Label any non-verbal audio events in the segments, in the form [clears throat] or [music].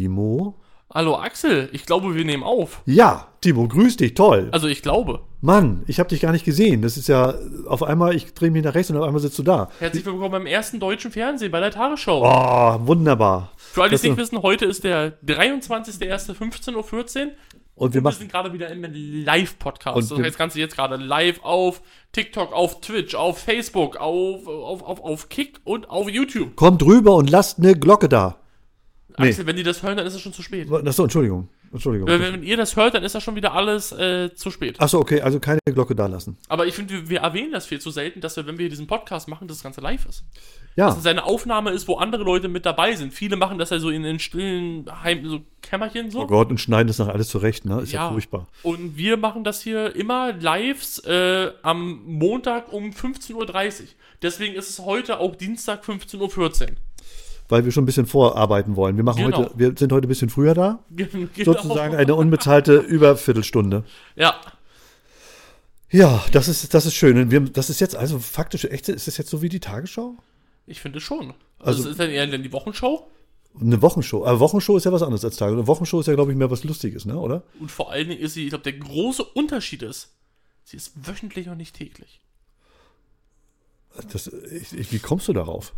Timo? Hallo Axel, ich glaube, wir nehmen auf. Ja, Timo, grüß dich, toll. Also ich glaube. Mann, ich habe dich gar nicht gesehen. Das ist ja auf einmal, ich drehe mich nach rechts und auf einmal sitzt du da. Herzlich willkommen beim ersten deutschen Fernsehen bei der Tagesschau. Oh, wunderbar. Für alle, die es das- nicht wissen, heute ist der 23.01.15.14 Uhr. Und wir Wir machen sind gerade wieder im Live-Podcast. Und Das wir- heißt, kannst du jetzt gerade live auf TikTok, auf Twitch, auf Facebook, auf, auf, auf, auf Kick und auf YouTube. kommt rüber und lasst eine Glocke da. Nee. Axel, wenn die das hören, dann ist es schon zu spät. Achso, Entschuldigung. Entschuldigung. Äh, Wenn, wenn ihr das hört, dann ist das schon wieder alles äh, zu spät. Achso, okay, also keine Glocke da lassen. Aber ich finde, wir, wir erwähnen das viel zu selten, dass wir, wenn wir diesen Podcast machen, das Ganze live ist. Ja, Dass es eine Aufnahme ist, wo andere Leute mit dabei sind. Viele machen das ja so in den stillen Heim, so Kämmerchen so. oh Gott, und schneiden das nachher alles zurecht, ne? Ist ja, Ja. furchtbar. Und wir machen das hier immer lives äh, am Montag um 15.30 Uhr. Deswegen ist es heute auch Dienstag 15.14 Uhr. [laughs] Weil wir schon ein bisschen vorarbeiten wollen. Wir machen Genau. heute, wir sind heute ein bisschen früher da. Genau. Sozusagen eine unbezahlte [laughs] Überviertelstunde. Ja. Ja, das ist, das ist schön. Und wir, das ist jetzt also faktisch, echt, ist das jetzt so wie die Tagesschau? Ich finde schon. Also, Also- es ist dann eher dann die Wochenshow Eine Wochenshow. Aber Wochenshow ist ja was anderes als Tagesschau. Eine Wochenshow ist ja, glaube ich, mehr was Lustiges, ne? Oder? und vor allen Dingen ist sie, ich glaube, der große Unterschied ist, sie ist wöchentlich und nicht täglich. Das, ich, ich, wie kommst du darauf?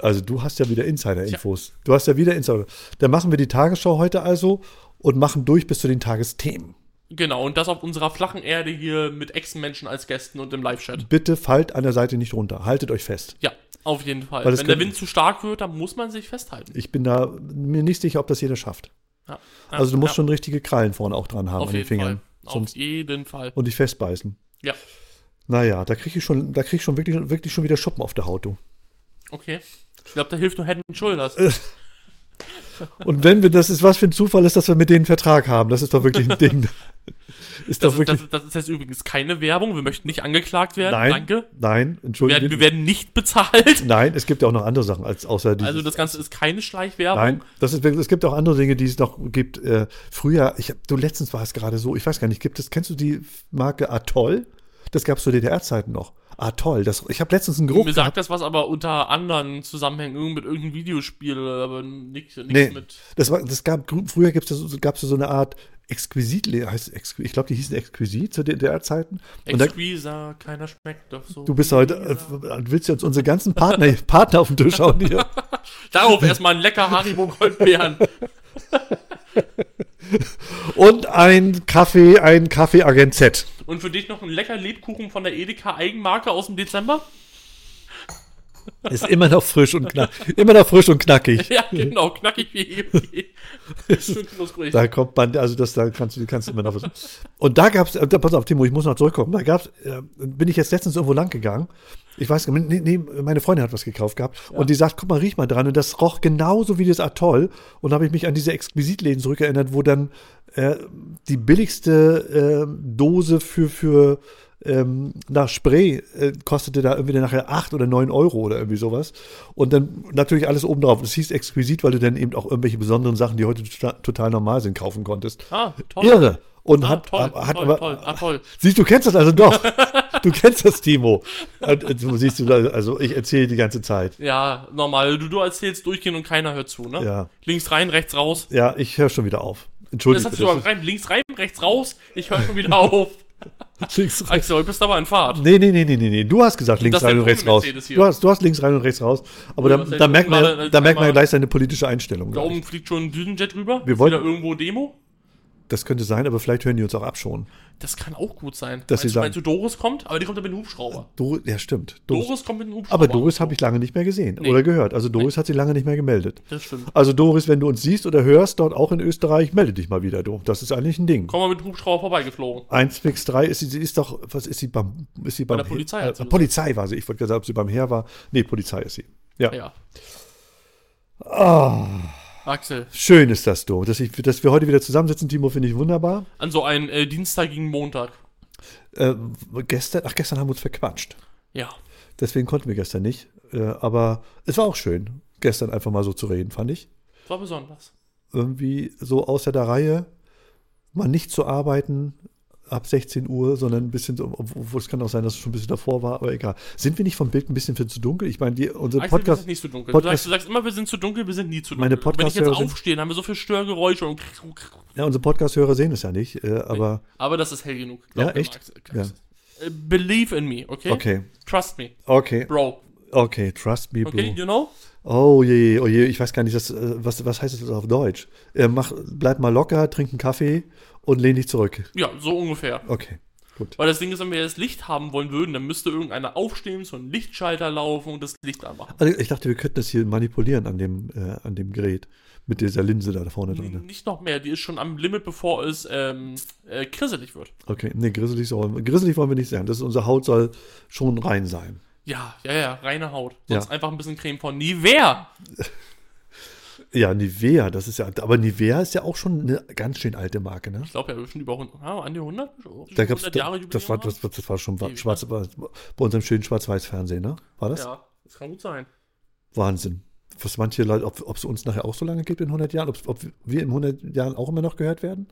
Also du hast ja wieder Insider-Infos. Du hast ja wieder Insider. Dann machen wir die Tagesschau heute also und machen durch bis zu den Tagesthemen. Genau, und das auf unserer flachen Erde hier mit Echsenmenschen als Gästen und im Live-Chat. Bitte fallt an der Seite nicht runter. Haltet euch fest. Ja, auf jeden Fall. Weil das Wenn der könnte- Wind zu stark wird, dann muss man sich festhalten. Ich bin da mir nicht sicher, ob das jeder schafft. Ja. Also du musst ja, schon richtige Krallen vorne auch dran haben auf an den jeden Fingern. Fall. Sonst, Auf jeden Fall. und dich festbeißen. Ja, Naja, da kriege ich schon, da krieg ich schon wirklich, wirklich schon wieder Schuppen auf der Haut, du. okay. Ich glaube, da hilft nur Head and [laughs] Shoulders. Und wenn wir, das ist was für ein Zufall ist, dass wir mit denen einen Vertrag haben. Das ist doch wirklich ein [laughs] Ding. Ist Das doch ist, wirklich. das, ist- das ist jetzt übrigens keine Werbung. Wir möchten nicht angeklagt werden. nein, Danke. nein, Wir entschuldige. werden, wir werden [laughs] nicht bezahlt. Nein, es gibt ja auch noch andere Sachen als außer die. Also das Ganze ist keine Schleichwerbung. Nein, das ist, wirklich- es gibt auch andere Dinge, die es noch gibt. Äh, früher, ich, hab- du letztens war es gerade so, ich weiß gar nicht, gibt es, kennst du die Marke Atoll? Das gab es zu DDR-Zeiten noch. Atoll, das, ich habe letztens einen Geruch. Mir sagt das was aber unter anderen Zusammenhängen, irgend- mit irgendeinem Videospiel, aber nichts nee, mit. das war, das gab, früher gab es gab's so eine Art Exquisit, heißt, Exqui- ich glaube, die hießen Exquisit zu DDR-Zeiten. Und da, Exquisa, keiner schmeckt doch so. du bist heute, äh, willst du uns unsere ganzen Partner, [laughs] Partner auf den Tisch hauen hier? Darauf erstmal ein lecker Haribo [laughs] Goldbeeren. Und ein Kaffee, ein Kaffee-Agent Z. Und für dich noch ein lecker Lebkuchen von der Edeka Eigenmarke aus dem Dezember? [laughs] Ist immer noch frisch und knackig. Immer noch frisch und knackig. Ja, genau, knackig wie eh. [laughs] Schön knusprig. Da kommt man, also das, da kannst du, kannst du immer noch was. Und da gab's, äh, da, pass auf, Timo, ich muss noch zurückkommen. Da gab's, äh, bin ich jetzt letztens irgendwo lang gegangen. Ich weiß, gar nicht, nee, nee, meine Freundin hat was gekauft gehabt und die sagt, guck mal, riech mal dran. Und das roch genauso wie das Atoll. Und da habe ich mich an diese Exquisitläden zurückerinnert, wo dann äh, die billigste äh, Dose für, für ähm, nach Spray äh, kostete da irgendwie dann nachher 8 oder 9 Euro oder irgendwie sowas. Und dann natürlich alles obendrauf. Das hieß exquisit, weil du dann eben auch irgendwelche besonderen Sachen, die heute tota- total normal sind, kaufen konntest. Ah, toll. Irre. Und Ah, hat, toll, ab- hat toll, aber, toll, ah, toll. Siehst du, du kennst das also [laughs] doch. du kennst das, Timo. Und, äh, so Siehst du, also ich erzähle die ganze Zeit. Ja, normal. Du, du erzählst durchgehen und keiner hört zu, ne? Ja. Links rein, rechts raus. Ja, ich höre schon wieder auf. Das Entschuldigung. hat sich sogar rein. Links rein, rechts raus. Ich höre schon [laughs] wieder auf. links rein. Axel, du bist aber in Fahrt. Nee, nee, nee, nee, nee, nee. Du hast gesagt links Das ist der rein und rechts raus. Kunden-Mercedes hier. Du hast, du hast links rein und rechts raus. Aber Ja, da, das ist da ja merkt gerade man, da merkt einmal- man gleich seine politische Einstellung. Da glaub ich. oben fliegt schon ein Düsenjet rüber. Wir Ist wollten- wieder irgendwo Demo. Das könnte sein, aber vielleicht hören die uns auch abschonen. Das kann auch gut sein. Dass sie meinst, du, sagen- meinst du, Doris kommt? Aber die kommt ja mit dem Hubschrauber. Doris, ja, stimmt. Doris, Doris kommt mit dem Hubschrauber. aber Doris habe ich lange nicht mehr gesehen Nee. oder gehört. Also Doris hat sie lange nicht mehr gemeldet. Das stimmt. Also Doris, wenn du uns siehst oder hörst, dort auch in Österreich, melde dich mal wieder, du. Das ist eigentlich ein Ding. Komm mal mit dem Hubschrauber vorbeigeflogen. 1 fix 3 ist sie, sie ist doch, was ist sie beim, ist sie beim der Polizei Heer, hat äh, sie gesagt. Polizei war sie. Ich wollte gerade sagen, ob sie beim Heer war. Nee, Polizei ist sie. Ja. Ja. Ah. Axel, Schön ist das, du. Dass, ich, dass wir heute wieder zusammensitzen, Timo, finde ich wunderbar. an so einen äh, Dienstag gegen Montag. Äh, gestern, ach, gestern haben wir uns verquatscht. Ja. Deswegen konnten wir gestern nicht. Äh, aber es war auch schön, gestern einfach mal so zu reden, fand ich. Das war besonders. Irgendwie so außer der Reihe, mal nicht zu arbeiten, ab 16 Uhr, sondern ein bisschen, so- obwohl es kann auch sein, dass es schon ein bisschen davor war, aber egal. Sind wir nicht vom Bild ein bisschen für zu dunkel? Ich meine, die, unsere Also Axel, wir Podcast, sind nicht zu dunkel. Podcast- du, sagst, du sagst immer, wir sind zu dunkel, wir sind nie zu dunkel. Meine Und Wenn ich jetzt Podcast-Hörer sind- aufstehe, dann haben wir so viel Störgeräusche und krr, krr, krr. ja, unsere Podcast-Hörer sehen es ja nicht, äh, aber aber das ist hell genug. Ja, Glaub mir, echt? Axel. Äh, Believe in me, okay? okay, Trust me, okay, bro. okay, trust me, Okay, Blue. you know? Oh je, oh je, ich weiß gar nicht, das, äh, was, was heißt das auf Deutsch? Äh, mach, bleib mal locker, trink einen Kaffee und lehn dich zurück. Ja, so ungefähr. Okay, gut. Weil das Ding ist, wenn wir das Licht haben wollen würden, dann müsste irgendeiner aufstehen, so einen Lichtschalter laufen und das Licht anmachen. Also ich dachte, wir könnten das hier manipulieren an dem, äh, an dem Gerät mit dieser Linse da vorne N- drin. Nicht noch mehr, die ist schon am Limit, bevor es ähm, äh, grisselig wird. Okay, nee, grisselig, soll, grisselig wollen wir nicht sein. Das ist, unsere Haut soll schon rein sein. Ja, ja, ja, reine Haut. Sonst Ja. einfach ein bisschen Creme von Nivea. Ja, Nivea, das ist ja, aber Nivea ist ja auch schon eine ganz schön alte Marke, ne? Ich glaube, ja, wir sind über 100, ah, an die 100? Da gab's, 100 da, Jubiläum das, war, haben? das, war- das war schon Nee, schwarz, bei unserem schönen Schwarz-Weiß-Fernsehen, ne? War das? Ja, das kann gut sein. Wahnsinn. Was manche Leute, ob es uns nachher auch so lange gibt in 100 Jahren, ob's- ob wir in 100 Jahren auch immer noch gehört werden?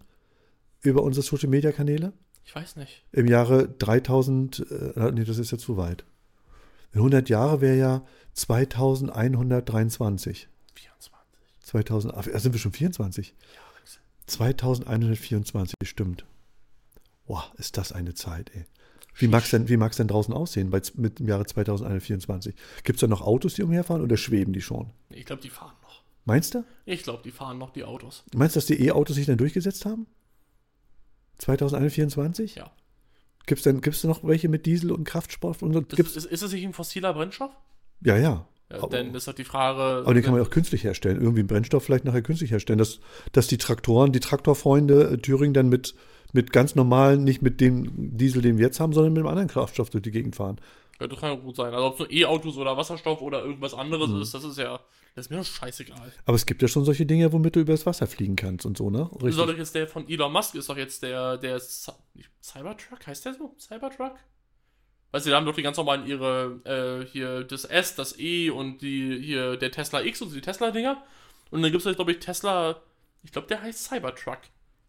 Über unsere Social-Media-Kanäle? Ich weiß nicht. Im Jahre 3000, äh, nee, das ist ja zu weit. In 100 Jahre wäre ja 2123. 24. 2000, ah, sind wir schon 24? 2124, stimmt. Boah, ist das eine Zeit, ey. Wie mag es denn, wie mag's denn draußen aussehen bei, z- mit dem Jahre 2124? Gibt es da noch Autos, die umherfahren oder schweben die schon? Nee, Ich glaube, die fahren noch. Meinst du? Ich glaube, die fahren noch, die Autos. Meinst du, dass die E-Autos sich dann durchgesetzt haben? 2024? Ja. Gibt es denn, gibt's denn noch welche mit Diesel und Kraftstoff? Und so? Das Gibt's, ist, ist es nicht ein fossiler Brennstoff? ja, ja. Ja, aber, Denn ist doch die Frage. aber den kann man ja auch künstlich herstellen. Irgendwie einen Brennstoff vielleicht nachher künstlich herstellen. Dass, dass die Traktoren, die Traktorfreunde äh, Thüringen dann mit, mit ganz normalen, nicht mit dem Diesel, den wir jetzt haben, sondern mit einem anderen Kraftstoff durch die Gegend fahren. Ja, das kann ja gut sein. Also ob es nur E-Autos oder Wasserstoff oder irgendwas anderes Mhm. ist, das ist ja. Das ist mir doch scheißegal. Aber es gibt ja schon solche Dinge, womit du übers Wasser fliegen kannst und so, ne? Ist doch jetzt der von Elon Musk, ist doch jetzt der, der Cy- nicht, Cybertruck, heißt der so? Cybertruck? Weißt du, da haben doch die ganz normalen ihre, äh, hier das S, das E und die, hier der Tesla X und so die Tesla-Dinger. Und dann gibt es jetzt, glaube ich, Tesla, ich glaube, der heißt Cybertruck.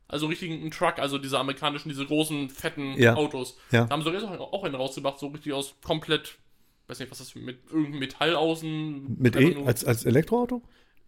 Also richtigen Truck, also diese amerikanischen, diese großen, fetten Ja. Autos. Ja. Da haben sie doch jetzt auch, auch einen rausgebracht, so richtig aus komplett, weiß nicht, was das für- mit irgendeinem Metall außen. Mit einfach E, nur- als, als Elektroauto?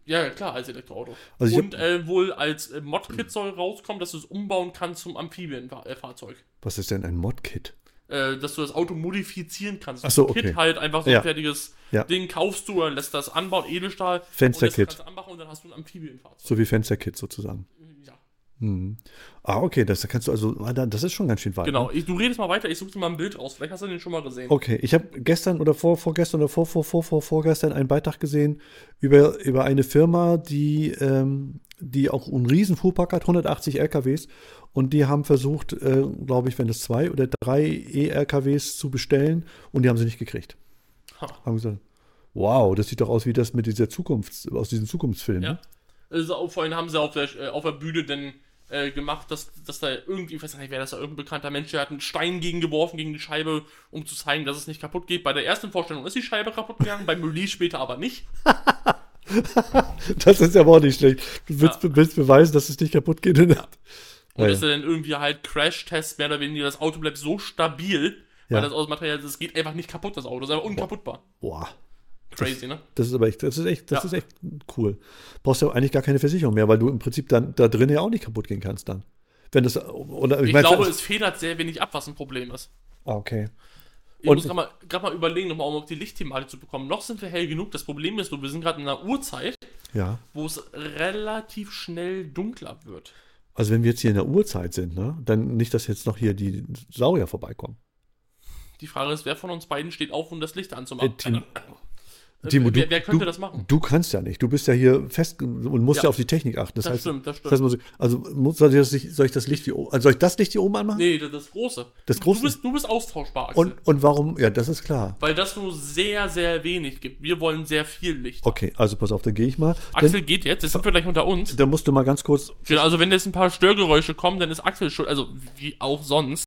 ja, ja, klar, als Elektroauto. Also ich hab- und äh, wohl als äh, Modkit soll rauskommen, dass du es umbauen kannst zum Amphibienfahrzeug. Was ist denn ein Mod-Kit? Äh, dass du das Auto modifizieren kannst. Ach so, Ein Kit okay. halt einfach so ein Ja. fertiges Ja. Ding kaufst du, dann lässt das anbauen, Edelstahl. Fensterkit. Und lässt das Ganze anmachen und dann hast du ein Amphibienfahrzeug. So wie Fensterkit sozusagen. Ja. Mhm. Ah, okay, das kannst du also, ah, dann- das ist schon ganz schön weit. Genau, Ne? ich, du redest mal weiter, ich suche dir mal ein Bild raus. Vielleicht hast du den schon mal gesehen. Okay, ich habe gestern oder vor, vorgestern oder vor, vor, vor, vor, vorgestern einen Beitrag gesehen über, über eine Firma, die, ähm, die auch einen riesen Fuhrpark hat, 180 LKWs. Und die haben versucht, äh, glaube ich, wenn es zwei oder drei E E-LKWs zu bestellen und die haben sie nicht gekriegt. Ha. Haben gesagt, wow, das sieht doch aus wie das mit dieser Zukunfts, aus diesem Zukunftsfilm. Ja. Ne? Also, auch vorhin haben sie auf der, äh, auf der Bühne dann äh, gemacht, dass, dass da irgendwie, ich weiß gar nicht, wer das da irgendein bekannter Mensch, der hat einen Stein gegen geworfen, gegen die Scheibe, um zu zeigen, dass es nicht kaputt geht. Bei der ersten Vorstellung ist die Scheibe kaputt gegangen, bei Mülli später aber nicht. [laughs] Das ist ja aber auch nicht schlecht. Du willst, Ja. willst beweisen, dass es nicht kaputt geht. ne? Und Ja, dass ja. er dann irgendwie halt Crash-Tests, mehr oder weniger, das Auto bleibt so stabil, weil Ja. das aus Material, das geht einfach nicht kaputt, das Auto, das ist einfach unkaputtbar. Boah. Crazy, ne? Das ist aber echt, das ist echt, das Ja. ist echt cool. Brauchst ja eigentlich gar keine Versicherung mehr, weil du im Prinzip dann da drin ja auch nicht kaputt gehen kannst dann. Wenn das oder Ich mein, glaube, das- es federt sehr wenig ab, was ein Problem ist. ah, okay. Ich Und- muss gerade mal, grad mal überlegen, nochmal, um auf die Lichtthematik zu bekommen. Noch sind wir hell genug. Das Problem ist nur, wir sind gerade in einer Uhrzeit, Ja. wo es relativ schnell dunkler wird. Also wenn wir jetzt hier in der Uhrzeit sind, ne, dann nicht, dass jetzt noch hier die Saurier vorbeikommen. Die Frage ist, wer von uns beiden steht auf, um das Licht Äh, anzumachen? Tim- Äh, Timo, wer, wer könnte du, das machen? Du kannst ja nicht. Du bist ja hier fest und musst ja, Ja. auf die Technik achten. Das, Das heißt, stimmt, das stimmt. Das heißt, muss ich, also muss, soll, ich das, nicht- soll ich das Licht hier oben, also soll ich das Licht hier oben anmachen? nee, das, das Große. Das Du- Große- Du bist, du bist austauschbar, Axel. Und, und warum? Ja, das ist klar. Weil das nur sehr, sehr wenig gibt. Wir wollen sehr viel Licht. Okay, also pass auf, dann gehe ich mal. Axel geht jetzt, jetzt sind wir gleich unter uns. dann, dann musst du mal ganz kurz Genau, also wenn jetzt ein paar Störgeräusche kommen, dann ist Axel schuld. Also wie auch sonst.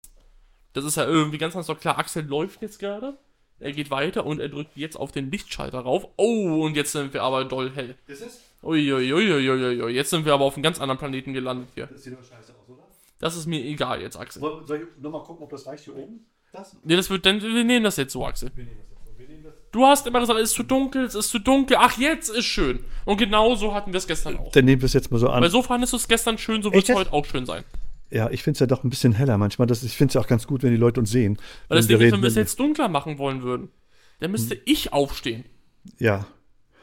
Das ist ja irgendwie ganz, ganz doch klar. Axel läuft jetzt gerade. Er geht weiter und er drückt jetzt auf den Lichtschalter rauf. Oh, und jetzt sind wir aber doll hell. Uiuiuiuiui, jetzt sind wir aber auf einem ganz anderen Planeten gelandet hier. Das sieht doch scheiße aus, oder? Das ist mir egal jetzt, Axel. Wollen wir- Soll ich nochmal gucken, ob das reicht hier oben? Das? Nee, das wird, dann, wir nehmen das jetzt so, Axel. Wir nehmen das jetzt. so. Wir nehmen das. Du hast immer gesagt, es ist zu dunkel, es ist zu dunkel. Ach, jetzt ist schön. Und genau so hatten wir es gestern auch. Dann nehmen wir es jetzt mal so an. Weil so fandest du es gestern schön, so wird Echt es jetzt? heute auch schön sein. Ja, ich finde es ja doch ein bisschen heller manchmal. Das, ich finde es ja auch ganz gut, wenn die Leute uns sehen. Weil das wenn Ding ist, wenn wir wir es jetzt dunkler machen wollen würden, dann müsste ich aufstehen. Ja.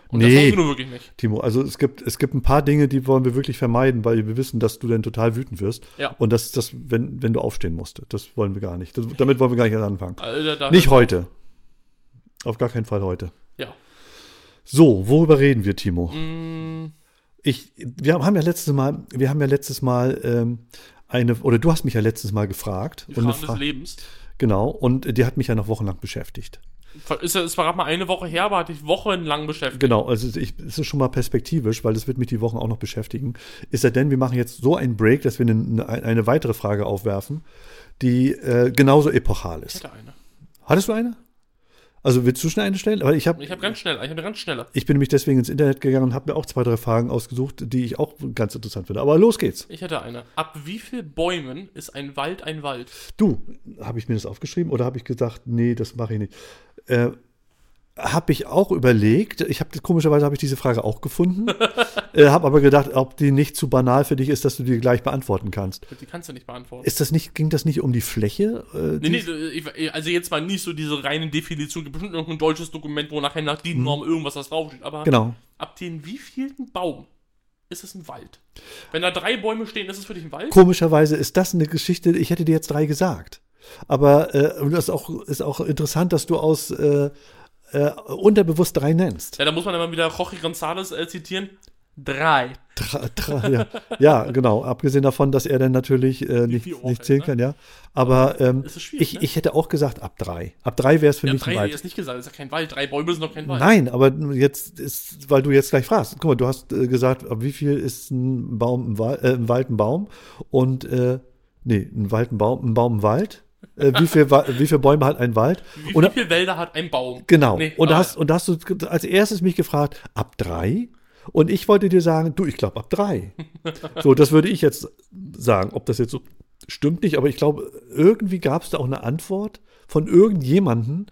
Und das Hm. nee, hast du nur wirklich nicht. Timo, also es gibt, es gibt ein paar Dinge, die wollen wir wirklich vermeiden, weil wir wissen, dass du dann total wütend wirst. Ja. Und das, das wenn, wenn du aufstehen musst. Das wollen wir gar nicht. Das, damit wollen wir gar nicht erst anfangen. Also, da, da Nicht heute. Auf gar keinen Fall heute. Ja. So, worüber reden wir, Timo? Mm, Ich, wir haben ja letztes Mal, wir haben ja letztes Mal ähm, eine, oder du hast mich ja letztes Mal gefragt. die und eine Fragen des Fra- Lebens. Genau, und die hat mich ja noch wochenlang beschäftigt. Ist, ja- es war gerade mal eine Woche her, aber hatte ich wochenlang beschäftigt. Genau, also ich, es ist schon mal perspektivisch, weil das wird mich die Wochen auch noch beschäftigen. Ist er denn, wir machen jetzt so einen Break, dass wir eine, eine weitere Frage aufwerfen, die äh, genauso epochal Ich ist. hatte eine. Hattest du eine? Also willst du schon eine stellen? Weil ich habe Ich habe ganz schnell, ich habe eine ganz schnelle. ich bin nämlich deswegen ins Internet gegangen und habe mir auch zwei, drei Fragen ausgesucht, die ich auch ganz interessant finde. Aber los geht's. Ich hätte eine. Ab wie viel Bäumen ist ein Wald ein Wald? Du, habe ich mir das aufgeschrieben oder habe ich gedacht, nee, das mache ich nicht? Äh, habe ich auch überlegt. Ich habe komischerweise habe ich diese Frage auch [laughs] gefunden, äh, habe aber gedacht, ob die nicht zu banal für dich ist, dass du die gleich beantworten kannst. Die kannst du nicht beantworten. Ist das nicht? Ging das nicht um die Fläche? Äh, die- Nee, nee, ich, also jetzt mal nicht so diese reine Definition, gibt bestimmt irgendein deutsches Dokument, wo nachher nach DIN Norm irgendwas das draufsteht, aber Mhm. Genau. ab den wievielten Baum ist es ein Wald? Wenn da drei Bäume stehen, ist es für dich ein Wald? Komischerweise ist das eine Geschichte. Ich hätte dir jetzt drei gesagt, aber äh, und das ist auch ist auch interessant, dass du aus äh, äh, unterbewusst drei nennst. Ja, da muss man immer wieder Jorge González äh, zitieren. Drei. Tra, [laughs] tra, Ah, ja. ja, genau. Abgesehen davon, dass er dann natürlich äh, nicht, viel Ohr nicht hält, zählen ne? kann, ja. Aber ähm, Das ist ich, schwierig, ne? ich hätte auch gesagt, ab drei. Ab drei wäre es für Ja, mich ein drei Wald. ist nicht gesagt, ist ja kein Wald. Drei Bäume sind doch kein Wald. Nein, aber jetzt ist, weil du jetzt gleich fragst. Guck mal, du hast äh, gesagt, ab wie viel ist ein Baum ein, Wal äh, ein Wald ein Baum? Und äh, nee, ein Wald ein Baum, ein Baum ein Wald. Äh, wie, viel, Wa- wie viele Bäume hat ein Wald? Wie, Und, wie viele Wälder hat ein Baum? genau. Nee, und, da ah, hast, und da hast du als erstes mich gefragt, ab drei? Und ich wollte dir sagen, du, ich glaube ab [laughs] drei. So, das würde ich jetzt sagen. Ob das jetzt so stimmt nicht, aber ich glaube, irgendwie gab es da auch eine Antwort von irgendjemandem,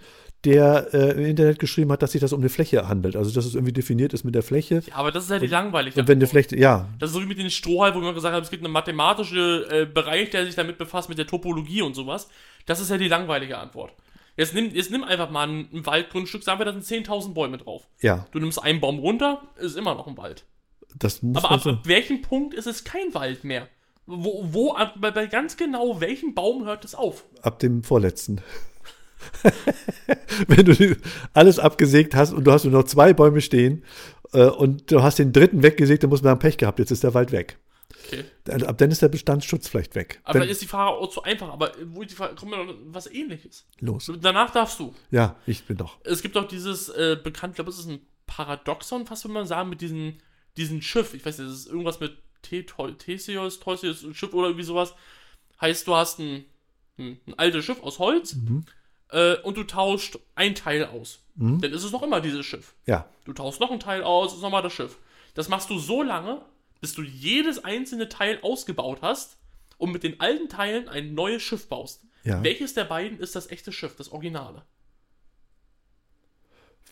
der äh, im Internet geschrieben hat, dass sich das um eine Fläche handelt. Also, dass es irgendwie definiert ist mit der Fläche. Ja, aber das ist ja die langweilige. Und wenn eine Fläche, ja, Das ist so wie mit den Strohhalmen, wo man gesagt hat, es gibt einen mathematischen äh, Bereich, der sich damit befasst, mit der Topologie und sowas. Das ist ja die langweilige Antwort. Jetzt nimm, jetzt nimm einfach mal ein, ein Waldgrundstück, sagen wir, da sind 10.000 Bäume drauf. ja, Du nimmst einen Baum runter, ist immer noch ein Wald. das muss Aber man ab, so. ab welchem Punkt ist es kein Wald mehr? Wo, wo ab, bei, bei ganz genau welchem Baum hört es auf? Ab dem vorletzten. [laughs] Wenn du die- alles abgesägt hast und du hast nur noch zwei Bäume stehen äh, und du hast den dritten weggesägt, dann muss man sagen, Pech gehabt, jetzt ist der Wald weg. Okay. Also Ab dann ist der Bestandsschutz vielleicht weg. Aber dann, ist die Frage auch zu einfach, aber wo die Frage, kommt mir noch was ähnliches. los. Danach darfst du. Ja, ich bin doch. es gibt auch dieses äh, bekannt, ich glaube, es ist ein Paradoxon, fast würde man sagen, mit diesem diesen Schiff. Ich weiß nicht, es ist irgendwas mit Te- Teu- Theseus, Theseus ein Schiff oder irgendwie sowas. Heißt, du hast ein, ein, ein altes Schiff aus Holz Mhm. äh, und du tauscht ein Teil aus. Mhm. Dann ist es noch immer dieses Schiff. Ja, Du tauschst noch ein Teil aus, ist nochmal das Schiff. Das machst du so lange, bis du jedes einzelne Teil ausgebaut hast und mit den alten Teilen ein neues Schiff baust. Ja. Welches der beiden ist das echte Schiff, das Originale?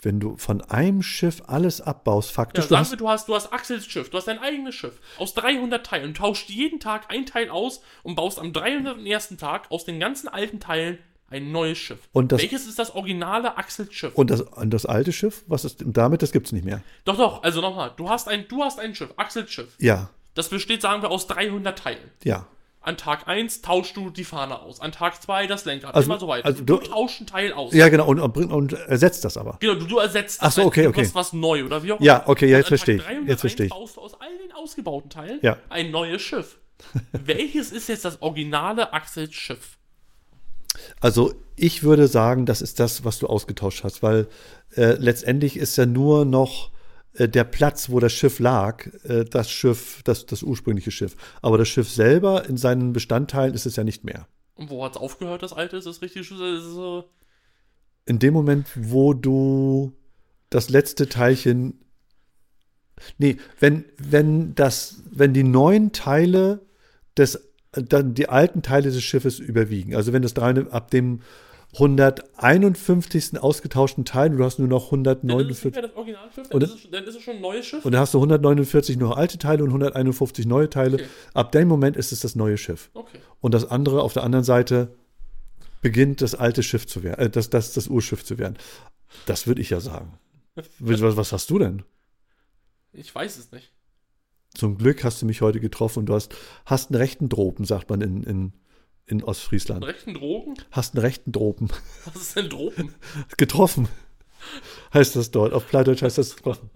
wenn du von einem Schiff alles abbaust, faktisch, du Ja, sagen wir, hast, du hast, du hast Axels Schiff, du hast dein eigenes Schiff aus 300 Teilen und tauscht jeden Tag ein Teil aus und baust am 301. Tag aus den ganzen alten Teilen ein neues Schiff. Und das- Welches ist das originale Axels Schiff? und das, und das alte Schiff, was ist damit, das gibt's nicht mehr. doch, doch, also nochmal, du hast ein, du hast ein Schiff, Axels Schiff. Ja, Das besteht, sagen wir, aus 300 Teilen. ja. An Tag 1 tauschst du die Fahne aus, an Tag 2 das Lenkrad, Also- immer so weiter. also du, du- tauschst ein Teil aus. Ja, genau, und, und, bring- und ersetzt das aber. Genau, du, du ersetzt Ach so, das okay, ein- du okay. machst was neu oder wie auch Ja, okay, ja, jetzt An Äh, Also Tag verstehe ich. 301 Jetzt verstehe ich. baust du aus all den ausgebauten Teilen Ja. ein neues [laughs] Schiff. Welches ist jetzt das originale Axels Schiff? Also ich würde sagen, das ist das, was du ausgetauscht hast, weil äh, letztendlich ist ja nur noch äh, der Platz, wo das Schiff lag, äh, das Schiff, das, das ursprüngliche Schiff. Aber das Schiff selber in seinen Bestandteilen ist es ja nicht mehr. Und wo hat es aufgehört, das alte? Ist das richtige Schiff? Ist es so? In dem Moment, wo du das letzte Teilchen. Nee, wenn, wenn das, wenn die neuen Teile des dann die alten Teile des Schiffes überwiegen. Also wenn das Dreieck ab dem 151. ausgetauschten Teil, du hast nur noch Dann ist es nicht 149. mehr das Originalschiff, dann, Und- ist es, dann ist es schon ein neues Schiff. Und dann hast du 149 noch alte Teile und 151 neue Teile. Okay. Ab dem Moment ist es das neue Schiff. Okay. Und das andere auf der anderen Seite beginnt das alte Schiff zu werden, äh, das, das, das Urschiff zu werden. Das würde ich ja sagen. Was, was- was hast du denn? Ich weiß es nicht. Zum Glück hast du mich heute getroffen und du hast, hast einen rechten Dropen, sagt man in, in, in Ostfriesland. Rechten Drogen? [laughs] Hast einen rechten Dropen. [laughs] Was ist denn Drogen? Getroffen heißt das dort. Auf Plattdeutsch heißt das getroffen.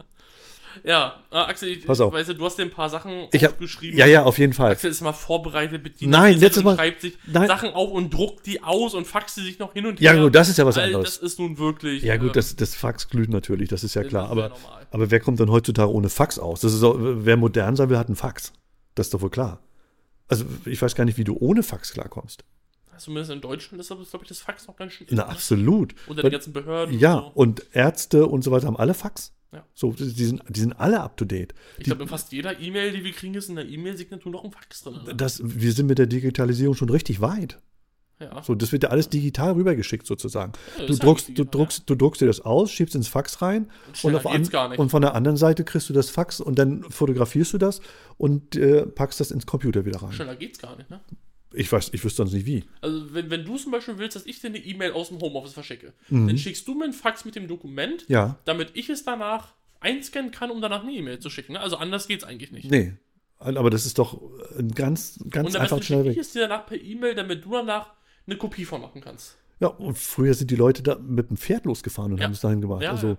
Ja, äh, Axel, ich, Pass auf. Weißt du, du hast dir ein paar Sachen Ich hab- aufgeschrieben. Ja, ja, auf jeden Fall. Axel ist mal vorbereitet, bedient Nein, sich letztes und Mal- schreibt sich nein. Sachen auf und druckt die aus und faxt sie sich noch hin und Ja, her. gut, das ist ja was All anderes. das ist nun wirklich. Ja, gut, äh, das, das Fax glüht natürlich, das ist ja das klar. ist ja Aber, normal. aber wer kommt denn heutzutage ohne Fax aus? Das ist auch, wer modern sein will, hat einen Fax. Das ist doch wohl klar. Also, ich weiß gar nicht, wie du ohne Fax klarkommst. Zumindest in Deutschland ist aber, glaube ich, das Fax noch ganz schön. Na, absolut. Unter den Weil- ganzen Behörden. ja, und so. und Ärzte und so weiter haben alle Fax. Ja. So, die die sind, die sind alle up to date. Die, Ich glaube, in fast jeder E-Mail, die wir kriegen, ist in der E-Mail-Signatur noch ein Fax drin. oder? das, wir sind mit der Digitalisierung schon richtig weit. Ja. So, das wird ja alles digital rübergeschickt sozusagen. Ja, Du ist ja druckst, richtig, du ja. druckst, du druckst dir das aus, schiebst ins Fax rein und, schneller auf geht's an, gar nicht. und von der anderen Seite kriegst du das Fax und dann fotografierst du das und äh, packst das ins Computer wieder rein. Schneller geht's gar nicht, ne? Ich weiß, ich wüsste sonst nicht wie. Also, wenn, wenn du zum Beispiel willst, dass ich dir eine E-Mail aus dem Homeoffice verschicke, dann schickst du mir ein Fax mit dem Dokument, Mhm. Ja, damit ich es danach einscannen kann, um danach eine E-Mail zu schicken. ne? Also, anders geht's eigentlich nicht. nee. Aber das ist doch ein ganz, ganz Und einfach am besten und schnell schicke ich weg. es dir danach per E-Mail, damit du danach eine Kopie von machen kannst. Ja, und früher sind die Leute da mit dem Pferd losgefahren und Ja. haben es dahin gemacht. Ja, ja. also,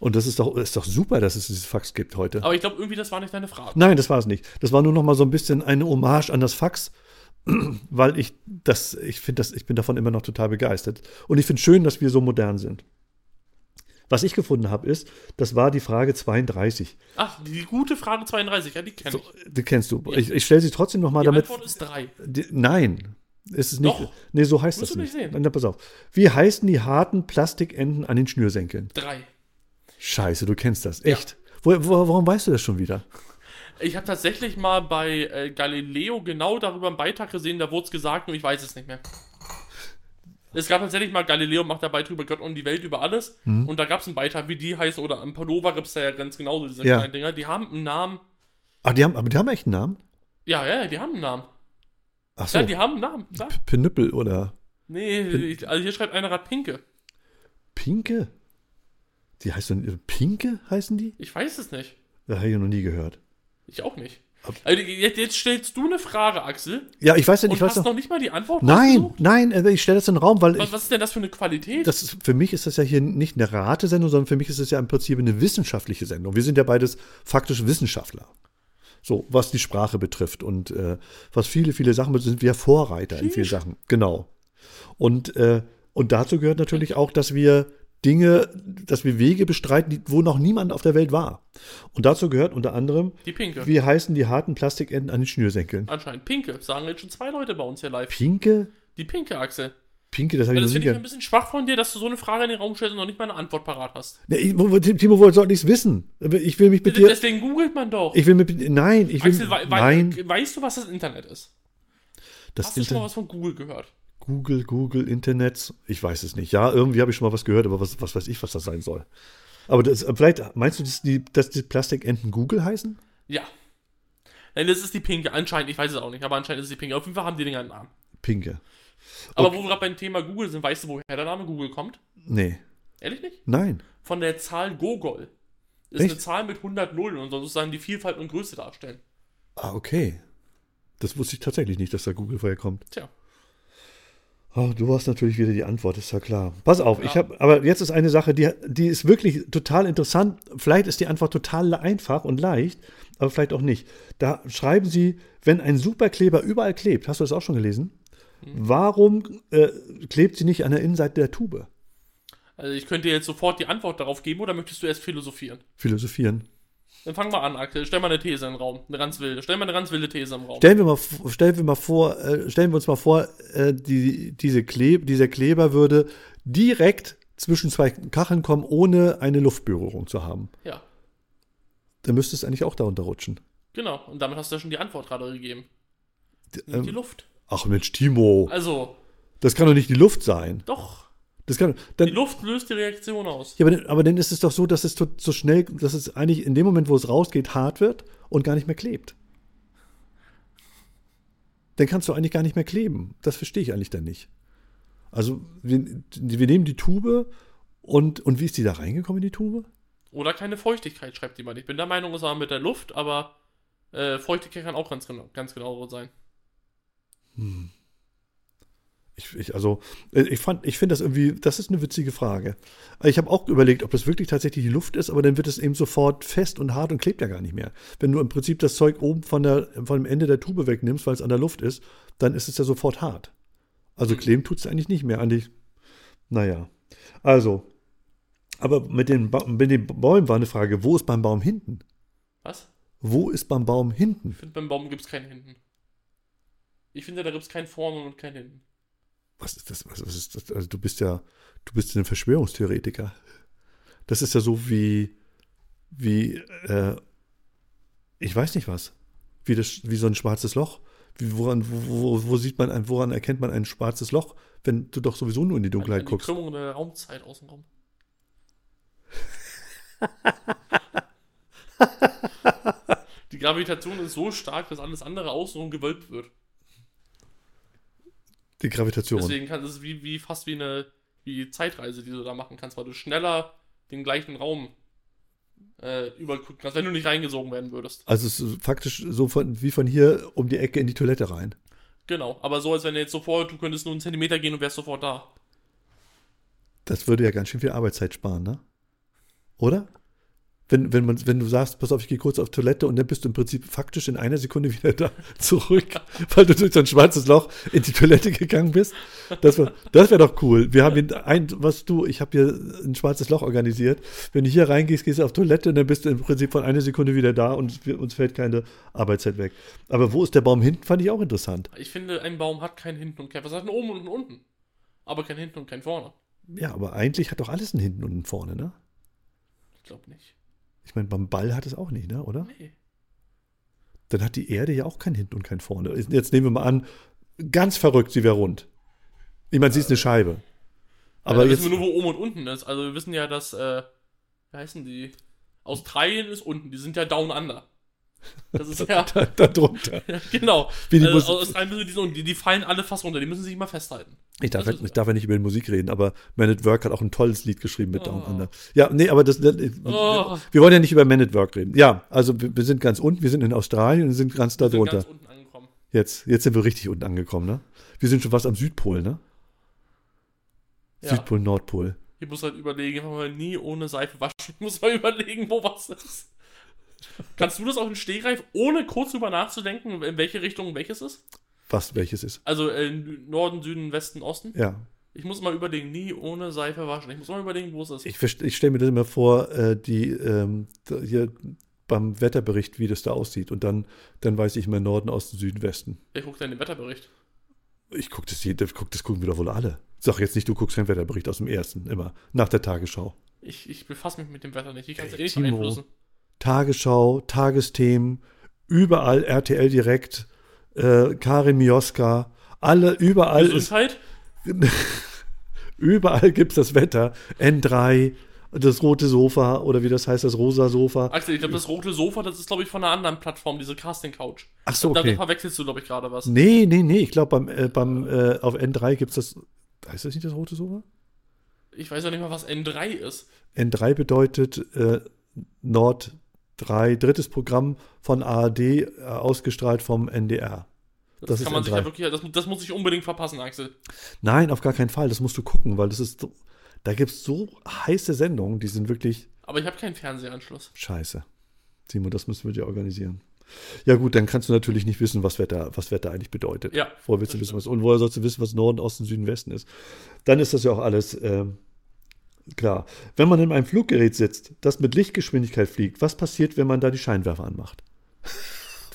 und das ist doch, ist doch super, dass es dieses Fax gibt heute. Aber ich glaube, irgendwie, das war nicht deine Frage. Nein, das war es nicht. Das war nur noch mal so ein bisschen eine Hommage an das Fax, [clears throat] weil ich das, ich finde das, ich bin davon immer noch total begeistert. Und ich finde schön, dass wir so modern sind. Was ich gefunden habe, ist, das war die Frage 32. Ach, die gute Frage 32, ja, die kenne So, ich. die kennst du. Ja. Ich, ich stelle sie trotzdem noch mal Also, Die damit. Antwort ist 3. Die, nein, ist es nicht. Doch. Nee, so heißt Musst das du nicht. nicht sehen. Na, pass auf. Wie heißen die harten Plastikenden an den Schnürsenkeln? 3. Scheiße, du kennst das. Ja. Echt. Wo, wo, warum weißt du das schon wieder? Ich habe tatsächlich mal bei äh, Galileo genau darüber einen Beitrag gesehen, da wurde es gesagt, nur ich weiß es nicht mehr. Es gab tatsächlich mal, Galileo macht einen Beitrag über Gott und die Welt, über alles. Mhm. Und da gab es einen Beitrag, wie die heißen, oder am Padova gibt es ja ganz genauso diese Ja. kleinen Dinger. Die haben einen Namen. Ach, Ah, die haben, aber die haben echt einen Namen? Ja, ja, ja, die haben einen Namen. Ach so, Ja, die haben einen Namen. Ja. Pinüppel oder Nee, ich, also hier schreibt einer gerade Pinke. Pinke? Die heißt so, Pinke heißen die? Ich weiß es nicht. Das habe ich noch nie gehört. Ich auch nicht. Ab- Also jetzt, jetzt stellst du eine Frage, Axel, Ja, ich weiß ja und nicht, ich hast weiß noch, noch. nicht mal die Antwort Nein, rausgesucht? nein, äh, ich stelle das in den Raum, weil Was, ich, was ist denn das für eine Qualität? das ist, für mich ist das ja hier nicht eine Ratesendung, sondern für mich ist das ja im Prinzip eine wissenschaftliche Sendung. Wir sind ja beides faktisch Wissenschaftler. So, was die Sprache betrifft und äh, was viele, viele Sachen betrifft, sind wir Vorreiter in vielen Sachen. Genau. Und, äh, und dazu gehört natürlich auch, dass wir Dinge, dass wir Wege bestreiten, die, wo noch niemand auf der Welt war. Und dazu gehört unter anderem die Pinke. Wie heißen die harten Plastikenden an den Schnürsenkeln? Anscheinend Pinke. Sagen jetzt schon zwei Leute bei uns hier live. Pinke? Die Pinke, Axel. Pinke, das habe ich Das noch nie finde ich ein gehört. bisschen schwach von dir, dass du so eine Frage in den Raum stellst und noch nicht mal eine Antwort parat hast. Nee, ich- wo- wo- Timo, wohl sollte nichts wissen. Ich will mich mit dir. Deswegen googelt man doch. Ich will mit. Nein, ich will. Axel, wei wei nein, weißt du, was das Internet ist? das Hast du schon mal Internet. was von Google gehört? Google, Google, Internet. Ich weiß es nicht. Ja, irgendwie habe ich schon mal was gehört, aber was, was weiß ich, was das sein soll. Aber das, äh, vielleicht meinst du, dass die, dass die Plastikenten Google heißen? Ja. Nein, das ist die Pinke. Anscheinend, ich weiß es auch nicht, aber anscheinend ist es die Pinke. Auf jeden Fall haben die Dinger einen Namen. Pinke. Aber Okay. wo wir gerade beim Thema Google sind, weißt du, woher der Name Google kommt? Nee. Ehrlich nicht? Nein. Von der Zahl Gogol. Ist Echt? eine Zahl mit 100 Nullen und soll sozusagen die Vielfalt und Größe darstellen. Ah, okay. Das wusste ich tatsächlich nicht, dass da Google vorher kommt. Tja. Oh, du hast natürlich wieder die Antwort, ist ja klar. Pass auf, ich Ja. habe, aber jetzt ist eine Sache, die, die ist wirklich total interessant. Vielleicht ist die Antwort total einfach und leicht, aber vielleicht auch nicht. Da schreiben sie, wenn ein Superkleber überall klebt, hast du das auch schon gelesen? Warum äh, klebt sie nicht an der Innenseite der Tube? Also ich könnte dir jetzt sofort die Antwort darauf geben oder möchtest du erst philosophieren? Philosophieren. Dann fangen wir an, Axel. Stell mal eine These in den Raum. Eine ganz wilde. Stell mal eine ganz wilde These im Raum. Stellen wir, mal, f- stellen wir, mal vor, äh, stellen wir uns mal vor, äh, die, diese Kleb, dieser Kleber würde direkt zwischen zwei Kacheln kommen, ohne eine Luftberührung zu haben. ja, Dann müsste es eigentlich auch darunter rutschen. genau. Und damit hast du ja schon die Antwort gerade gegeben. Ähm. Nimmt die Luft. Ach Mensch, Timo, Also, das kann doch nicht die Luft sein. doch. Das kann, Die dann, Luft löst die Reaktion aus. ja, aber, dann- aber dann ist es doch so, dass es so, so schnell, dass es eigentlich in dem Moment, wo es rausgeht, hart wird und gar nicht mehr klebt. Dann kannst du eigentlich gar nicht mehr kleben. Das verstehe ich eigentlich dann nicht. Also, wir, wir nehmen die Tube und, und wie ist die da reingekommen in die Tube? Oder keine Feuchtigkeit, schreibt jemand. Ich bin der Meinung, es war mit der Luft, aber äh, Feuchtigkeit kann auch ganz genau, ganz genau sein. Ich, ich, also, äh, ich, fand- ich finde das irgendwie, das ist eine witzige Frage. Also, Ich habe auch überlegt, ob das wirklich tatsächlich die Luft ist, aber dann wird es eben sofort fest und hart und klebt ja gar nicht mehr. Wenn du im Prinzip das Zeug oben von, der, von dem Ende der Tube wegnimmst, weil es an der Luft ist, dann ist es ja sofort hart. Also kleben tut es eigentlich nicht mehr. Eigentlich, naja. Also, aber mit den, Ba- mit den Bäumen war eine Frage, wo ist beim Baum hinten? Was? Wo ist beim Baum hinten? Ich finde, beim Baum gibt es keinen hinten. Ich finde, da gibt es keinen vorne und keinen hinten. Was ist das? Was was ist das? Also du bist ja, du bist ein Verschwörungstheoretiker. Das ist ja so wie, wie, äh, ich weiß nicht was. Wie das, wie so ein schwarzes Loch. Wie, woran, wo, wo- wo sieht man, ein, woran erkennt man ein schwarzes Loch, wenn du doch sowieso nur in die Dunkelheit An die guckst? Krümmung der Raumzeit [laughs] außenrum. die Gravitation ist so stark, dass alles andere außenrum gewölbt wird. Die Gravitation. Deswegen kann es wie, wie fast wie eine wie Zeitreise, die du da machen kannst, weil du schneller den gleichen Raum äh, übergucken kannst, wenn du nicht reingesogen werden würdest. Also es ist faktisch so von, wie von hier um die Ecke in die Toilette rein. Genau, aber so als wenn du jetzt sofort, du könntest nur einen Zentimeter gehen und wärst sofort da. Das würde ja ganz schön viel Arbeitszeit sparen, ne? Oder? Wenn, wenn, man, wenn du sagst, pass auf, ich gehe kurz auf Toilette und dann bist du im Prinzip faktisch in einer Sekunde [laughs] wieder da zurück, weil du durch so ein schwarzes Loch in die Toilette gegangen bist. Das wäre das wär doch cool. Wir haben hier ein, was du, ich habe hier ein schwarzes Loch organisiert. Wenn du hier reingehst, gehst du auf Toilette und dann bist du im Prinzip von einer Sekunde wieder da und wir, uns fällt keine Arbeitszeit weg. Aber wo ist der Baum hinten, fand ich auch interessant. Ich finde, ein Baum hat keinen hinten und kein. Was hat einen oben und einen unten? Aber kein hinten und kein vorne. Ja, aber eigentlich hat doch alles einen hinten und einen vorne, ne? Ich glaube nicht. Ich meine, beim Ball hat es auch nicht, ne? Oder? Nee. dann hat die Erde ja auch kein Hinten und kein Vorne. Jetzt nehmen wir mal an, ganz verrückt, sie wäre rund. Ich meine, sie ist eine Scheibe. Aber Aber ja, Also, da jetzt, wissen wir nur, wo oben und unten ist. Also wir wissen ja, dass, äh, wie heißen die? Australien ist unten, die sind ja down under. [laughs] Das ist ja, [laughs] da, da drunter. genau. Wie die also, Mus- Australien sind die, so unten, die, die fallen alle fast runter, die müssen sich mal festhalten. Ich darf, Das ist- ich darf ja nicht über die Musik reden, aber Man at Work hat auch ein tolles Lied geschrieben mit Down Oh. Under. Ja, nee, aber das, das Oh. wir wollen ja nicht über Man at Work reden. Ja, also wir, wir sind ganz unten, wir sind in Australien und sind ganz da Die sind drunter. ganz unten angekommen. Jetzt, jetzt sind wir richtig unten angekommen, ne? Wir sind schon fast am Südpol, ne? Ja. Südpol, Nordpol. Ich muss halt überlegen, wenn man nie ohne Seife waschen, [laughs] Ich muss man überlegen, wo was ist. Kannst du das auf den Stegreif, ohne kurz drüber nachzudenken, in welche Richtung welches ist? Was welches ist. Also äh, Norden, Süden, Westen, Osten? Ja, Ich muss mal überlegen, nie ohne Seife waschen. Ich muss mal überlegen, wo es ist. Ich, verst- ich stelle mir das immer vor, äh, die ähm, da- hier beim Wetterbericht, wie das da aussieht. Und dann, dann weiß ich immer Norden, Osten, Süden, Westen. Ich gucke dann den Wetterbericht. Ich gucke das, jede- guck, das gucken wir doch wohl alle. Sag jetzt nicht, du guckst den Wetterbericht aus dem ersten, immer. Nach der Tagesschau. Ich, ich befasse mich mit dem Wetter nicht. Ich kann es Ey, eh nicht Timo. beeinflussen. Tagesschau, Tagesthemen, überall RTL direkt, äh, Karin Mioska, alle, überall ist, Gesundheit? überall gibt's das Wetter. N3, das rote Sofa oder wie das heißt, das rosa Sofa. Axel, ich glaube, das rote Sofa, das ist, glaube ich, von einer anderen Plattform, diese Casting-Couch. Ach so, Da okay. verwechselst du, glaube ich, gerade was. Nee, nee, nee. Ich glaube, beim, äh, beim, äh, auf N3 gibt es das. Heißt das nicht das rote Sofa? Ich weiß ja nicht mal, was N3 ist. N3 bedeutet äh, Nord 3, drittes Programm von ARD, äh, ausgestrahlt vom NDR. Das ist kann man sich N3. ja wirklich, das, das muss ich unbedingt verpassen, Axel. Nein, auf gar keinen Fall. Das musst du gucken, weil das ist. so- Da gibt es so heiße Sendungen, die sind wirklich Aber ich habe keinen Fernsehanschluss. scheiße. Simon, das müssen wir dir organisieren. Ja, gut, dann kannst du natürlich nicht wissen, was Wetter, was Wetter eigentlich bedeutet. Ja, Vorher willst du das wissen, stimmt. was, und woher sollst du wissen, was Norden, Osten, Süden, Westen ist? Dann ist das ja auch alles ähm, klar. Wenn man in einem Fluggerät sitzt, das mit Lichtgeschwindigkeit fliegt, was passiert, wenn man da die Scheinwerfer anmacht? [laughs]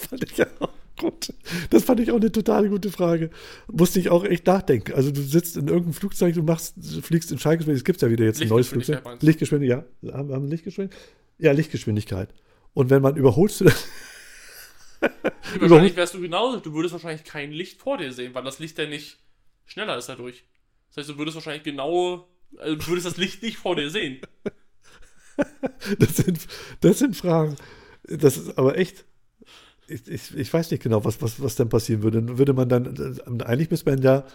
fand ich ja auch gut. Das fand ich auch eine total gute Frage. Musste ich auch echt nachdenken. Also du sitzt in irgendeinem Flugzeug, du machst, fliegst in Schalke, es gibt ja wieder jetzt ein neues Lichtgeschwindigkeit Flugzeug. meinst du? Lichtgeschwindigkeit, ja. Haben haben wir Lichtgeschwindigkeit? Ja, Lichtgeschwindigkeit. Und wenn man überholst du das Wahrscheinlich wärst du genauso. Du würdest wahrscheinlich kein Licht vor dir sehen, weil das Licht ja nicht schneller ist dadurch. Das heißt, du würdest wahrscheinlich genau, also du würdest das Licht nicht vor dir sehen. Das sind, das sind Fragen. Das ist aber echt. Ich, ich, ich weiß nicht genau, was, was, was dann passieren würde. Würde man dann, äh, eigentlich müsste man ja,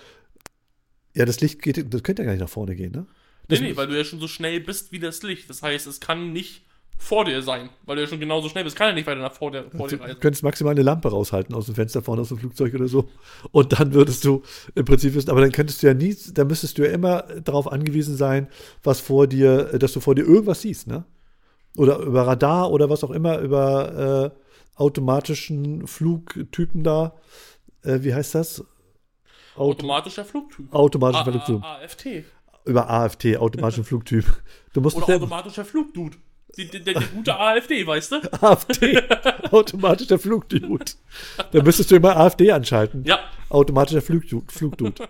ja, das Licht geht, das könnte ja gar nicht nach vorne gehen, ne? Nee, nee, weil du ja schon so schnell bist wie das Licht. Das heißt, es kann nicht vor dir sein, weil du ja schon genauso schnell bist. Kann ja nicht weiter nach vor dir, vor dir Du reisen. könntest maximal eine Lampe raushalten aus dem Fenster vorne, aus dem Flugzeug oder so. Und dann würdest du im Prinzip wissen, aber dann könntest du ja nie, dann müsstest du ja immer darauf angewiesen sein, was vor dir, dass du vor dir irgendwas siehst, ne? Oder über Radar oder was auch immer, über äh, automatischen Flugtypen da. Äh, wie heißt das? Auto, Automatischer Flugtyp. automatischen ah, Flugtyp. A- A- AFT. Über AFT, automatischen Flugtyp. Du musst Oder selber- automatischer Flugdude. Die- die- Der, der gute AfD, weißt du? AfD, [laughs] automatischer Flugdude. Dann müsstest du immer AfD anschalten. Ja. Automatischer Flugdude. Flugdude.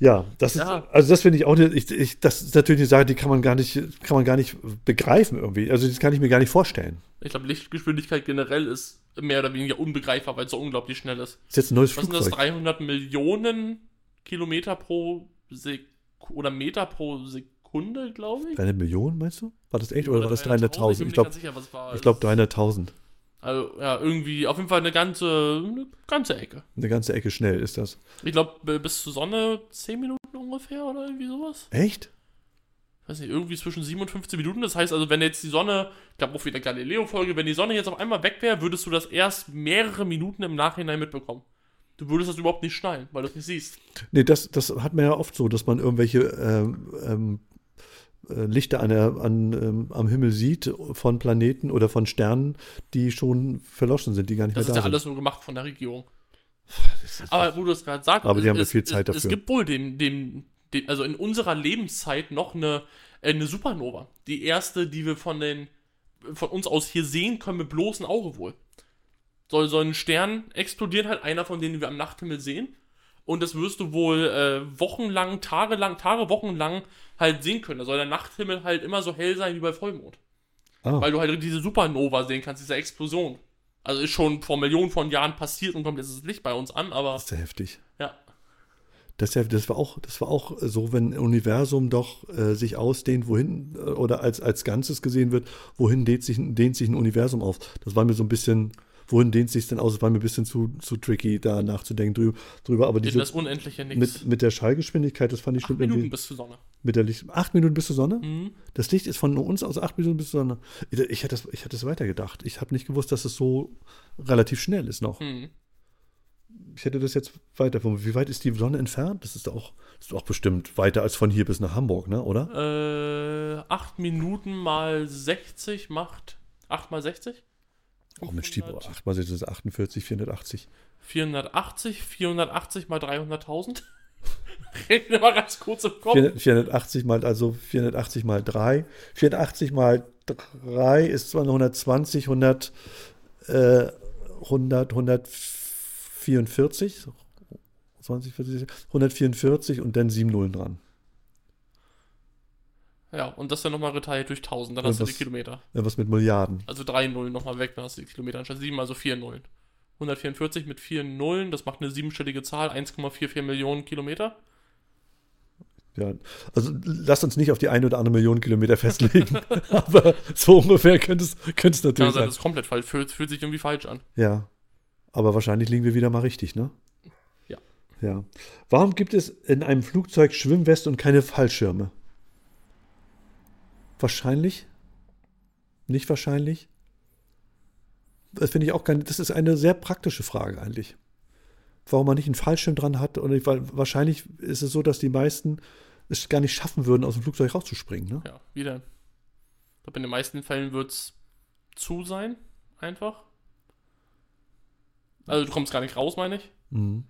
Ja, das ist, Ja. also das finde ich auch nicht, ich, ich, das ist natürlich eine Sache, die kann man gar nicht, kann man gar nicht begreifen irgendwie. Also das kann ich mir gar nicht vorstellen. Ich glaube, Lichtgeschwindigkeit generell ist mehr oder weniger unbegreifbar, weil es so unglaublich schnell ist. Das ist jetzt ein neues Was sind das? Flugzeug. 300 Millionen Kilometer pro Sek oder Meter pro Sekunde, glaube ich? Deine Million, meinst du? War das echt oder war das 300.000? 300.000? Ich glaube, Ich bin mir nicht ganz sicher, was war. ich glaube 300.000. Also, ja, irgendwie, auf jeden Fall eine ganze, eine ganze Ecke. Eine ganze Ecke schnell ist das. Ich glaube, bis zur Sonne 10 Minuten ungefähr oder irgendwie sowas. Echt? Ich weiß nicht, irgendwie zwischen 7 und 15 Minuten. Das heißt also, wenn jetzt die Sonne, ich glaube auch wieder Galileo-Folge, wenn die Sonne jetzt auf einmal weg wäre, würdest du das erst mehrere Minuten im Nachhinein mitbekommen. Du würdest das überhaupt nicht schneiden, weil du es nicht siehst. Nee, das, das hat man ja oft so, dass man irgendwelche ähm, ähm, äh, Lichter an der, an, ähm, am Himmel sieht von Planeten oder von Sternen, die schon verloschen sind, die gar nicht Das ist mehr ja da alles nur gemacht von der Regierung. Aber wo du es gerade sagst, Aber die haben ja es, viel Zeit es, dafür. Es gibt wohl dem, dem, dem, also in unserer Lebenszeit noch eine, äh, eine Supernova. Die erste, die wir von den, von uns aus hier sehen können mit bloßem Auge wohl. Soll so ein Stern explodieren, halt einer von denen wir am Nachthimmel sehen. Und das wirst du wohl äh, wochenlang, tagelang, Tage, wochenlang halt sehen können. Da soll der Nachthimmel halt immer so hell sein wie bei Vollmond. sind. Ah, Weil du halt diese Supernova sehen kannst, diese Explosion. Also ist schon vor Millionen von Jahren passiert und kommt jetzt das Licht bei uns an, aber das ist ja heftig. ja. Das, ist ja, das, war auch, das war auch so, wenn ein Universum doch äh, sich ausdehnt, wohin, äh, oder als, als Ganzes gesehen wird, wohin dehnt sich, ein- dehnt sich ein Universum aus? Das war mir so ein bisschen, wohin dehnt sich denn aus? Das war mir ein bisschen zu, zu tricky, da nachzudenken drü- drüber. Aber Diese, das diese, unendliche Nix. mit, mit der Schallgeschwindigkeit, das fand ich Acht schon Minuten irgendwie. bis zur Sonne. Mit der Licht. Acht Minuten bis zur Sonne? Mhm. Das Licht ist von uns aus acht Minuten bis zur Sonne. Ich, ich hätte das, ich hätte das weitergedacht. Ich habe nicht gewusst, dass es so relativ schnell ist noch. Mhm. Ich hätte das jetzt weiter. Wie weit ist die Sonne entfernt? Das ist auch, das ist auch bestimmt weiter als von hier bis nach Hamburg, ne? oder? Äh, 8 Minuten mal 60 macht 8 mal 60? Oh, mit Stiebel. Acht mal sechs ist 48, 480. 480, 480 mal [laughs] 300.000? Rechne mal ganz kurz im Kopf. 400 480 mal, also 480 mal 3. 480 mal 3 ist 220, 100, äh, 100, 144. 20, 40, 144 und dann 7 Nullen dran. Ja, und das dann nochmal geteilt durch 1000, dann Und hast du die das- Kilometer. Irgendwas mit Milliarden. Also 3 Nullen nochmal weg, dann hast du die Kilometer anstatt 7, also 4 Nullen. 144 mit 4 Nullen, das macht eine siebenstellige Zahl, 1,44 Millionen Kilometer. Ja. Also lasst uns nicht auf die eine oder andere Million Kilometer festlegen. [laughs] aber so ungefähr könnte es, könnte es Kann natürlich sein, sein. das ist komplett falsch, fühlt, fühlt sich irgendwie falsch an. Ja. Aber wahrscheinlich liegen wir wieder mal richtig, ne? Ja. Ja. Warum gibt es in einem Flugzeug Schwimmweste und keine Fallschirme? Wahrscheinlich? Nicht wahrscheinlich? Das finde ich auch keine. Das ist eine sehr praktische Frage eigentlich. Warum man nicht einen Fallschirm dran hat und ich, weil wahrscheinlich ist es so, dass die meisten es gar nicht schaffen würden, aus dem Flugzeug rauszuspringen. Ne? Ja, wieder. Ich glaube, in den meisten Fällen wird es zu sein, einfach. Also du kommst gar nicht raus, meine ich. Mhm.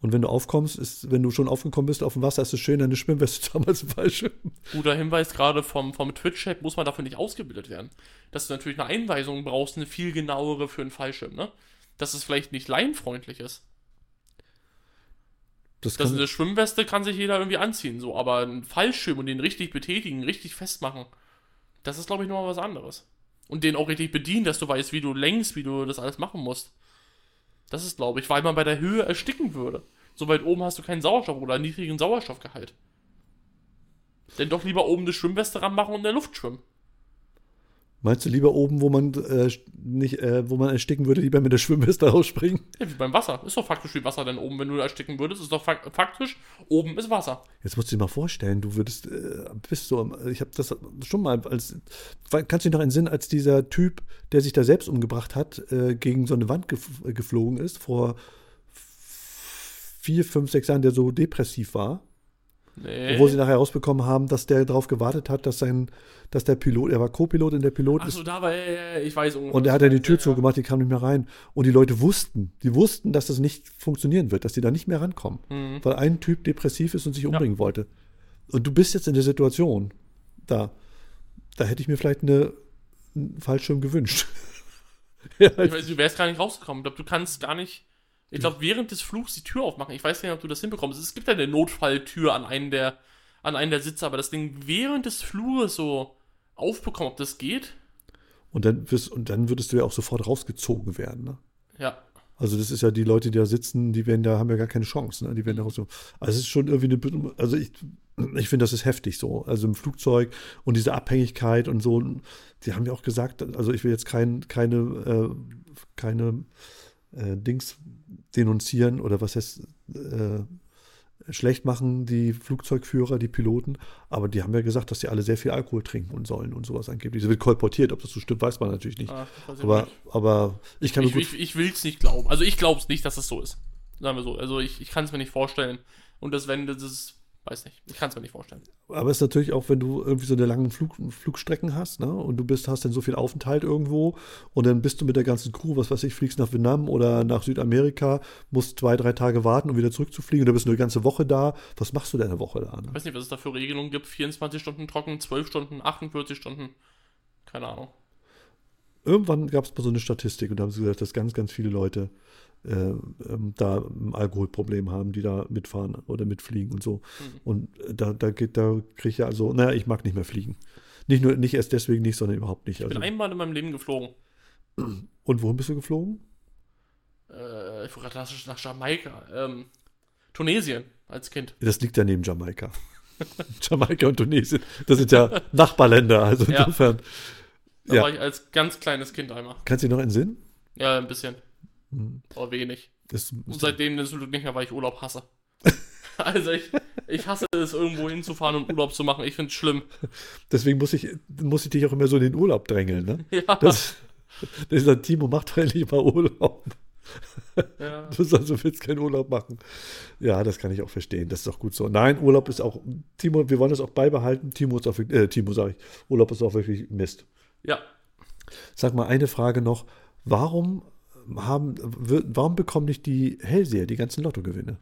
Und wenn du aufkommst, ist, wenn du schon aufgekommen bist auf dem Wasser, ist es schön, eine Schwimmweste [laughs] zu haben als einen Fallschirm. Guter Hinweis gerade vom, vom Twitch-Chat, muss man dafür nicht ausgebildet werden. Dass du natürlich eine Einweisung brauchst, eine viel genauere für einen Fallschirm, ne? Dass es vielleicht nicht laienfreundlich ist. Das Das kann, eine Schwimmweste kann sich jeder irgendwie anziehen, so, aber einen Fallschirm und den richtig betätigen, richtig festmachen, das ist, glaube ich, nochmal was anderes. Und den auch richtig bedienen, dass du weißt, wie du längst, wie du das alles machen musst. Das ist, glaube ich, weil man bei der Höhe ersticken würde. So weit oben hast du keinen Sauerstoff oder einen niedrigen Sauerstoffgehalt. Denn doch lieber oben eine Schwimmweste ranmachen und in der Luft schwimmen. Meinst du lieber oben, wo man äh, nicht, äh, wo man ersticken würde, lieber mit der Schwimmweste [laughs] rausspringen? Ja, wie beim Wasser. Ist doch faktisch wie Wasser denn oben, wenn du ersticken würdest. Ist doch fak faktisch, oben ist Wasser. Jetzt musst du dir mal vorstellen, du würdest, äh, bist so, am- ich habe das schon mal als, kannst du dich noch entsinnen, als dieser Typ, der sich da selbst umgebracht hat, äh, gegen so eine Wand gef geflogen ist, vor vier, fünf, sechs Jahren, der so depressiv war? Nee. Obwohl sie nachher rausbekommen haben, dass der darauf gewartet hat, dass sein, dass der Pilot, er war Co-Pilot und der Pilot ist. Achso, da war er, ich weiß ungefähr. Und er hat dann die Tür Ja, ja. zugemacht, die kam nicht mehr rein. Und die Leute wussten, die wussten, dass das nicht funktionieren wird, dass die da nicht mehr rankommen. Mhm. Weil ein Typ depressiv ist und sich umbringen wollte. Und du bist jetzt in der Situation, da, da hätte ich mir vielleicht eine, einen Fallschirm gewünscht. [laughs] ja, [laughs] Ich weiß, du wärst gar nicht rausgekommen. Ich glaube, du kannst gar nicht. Ich glaube, während des Flugs die Tür aufmachen. Ich weiß nicht, ob du das hinbekommst. Es gibt ja eine Notfalltür an einen der, an einen der Sitze, aber das Ding während des Fluges so aufbekommen, ob das geht. und, dann wirst, und dann würdest du ja auch sofort rausgezogen werden. Ne? Ja. Also das ist ja die Leute, die da sitzen, die werden da, haben ja gar keine Chance, ne? Die Mhm. werden da raus. Also es ist schon irgendwie eine, also ich, ich finde, das ist heftig so. Also im Flugzeug und diese Abhängigkeit und so, die haben ja auch gesagt, also ich will jetzt kein, keine, äh, keine äh, Dings denunzieren oder was heißt äh, schlecht machen, die Flugzeugführer, die Piloten, aber die haben ja gesagt, dass die alle sehr viel Alkohol trinken und sollen und sowas angeblich. Das wird kolportiert, ob das so stimmt, weiß man natürlich nicht. Ah, weiß ich Aber, nicht. aber ich kann mir ich, gut ich, ich will es nicht glauben. Also ich glaube es nicht, dass es so ist. Sagen wir so. Also ich, ich kann es mir nicht vorstellen. Und das wenn das ist, weiß nicht. Ich kann es mir nicht vorstellen. Aber es ist natürlich auch, wenn du irgendwie so eine langen Flug, Flugstrecken hast, ne? Und du bist, hast dann so viel Aufenthalt irgendwo und dann bist du mit der ganzen Crew, was weiß ich, fliegst nach Vietnam oder nach Südamerika, musst zwei, drei Tage warten, um wieder zurückzufliegen, oder bist eine ganze Woche da. Was machst du denn eine Woche da? Ne? Ich weiß nicht, was es da für Regelungen gibt. 24 Stunden trocken, 12 Stunden, 48 Stunden. Keine Ahnung. Irgendwann gab es mal so eine Statistik und da haben sie gesagt, dass ganz, ganz viele Leute äh, ähm, da ein Alkoholproblem haben, die da mitfahren oder mitfliegen und so. Mhm. Und äh, da, da geht, da kriege ich ja also, naja, ich mag nicht mehr fliegen. Nicht nur, nicht erst deswegen nicht, sondern überhaupt nicht. Ich bin Also. einmal in meinem Leben geflogen. Und wohin bist du geflogen? Äh, ich wurde gerade nach- nach Jamaika. Ähm, Tunesien als Kind. Das liegt ja neben Jamaika. [laughs] Jamaika und Tunesien, das sind ja Nachbarländer, also Ja. insofern. Da Ja. war ich als ganz kleines Kind einmal. Kannst du dir noch entsinnen? Ja, ein bisschen. Mhm. Aber wenig. Das, Und seitdem ist es nicht mehr, weil ich Urlaub hasse. [laughs] also ich, ich hasse es, irgendwo hinzufahren und Urlaub zu machen. Ich finde es schlimm. [laughs] deswegen muss ich, muss ich dich auch immer so in den Urlaub drängeln. Ne? Ja. Das, Ah. [laughs] das ist dann, Timo macht [laughs] doch endlich mal Urlaub. ja. Du sollst, du willst keinen Urlaub machen. Ja, das kann ich auch verstehen. Das ist auch gut so. Nein, Urlaub ist auch, Timo, wir wollen das auch beibehalten. Timo ist auch, wirklich- äh, Timo sage ich, Urlaub ist auch wirklich Mist. ja. Sag mal eine Frage noch. Warum, haben, wir- warum bekommen nicht die Hellseher die ganzen Lottogewinne?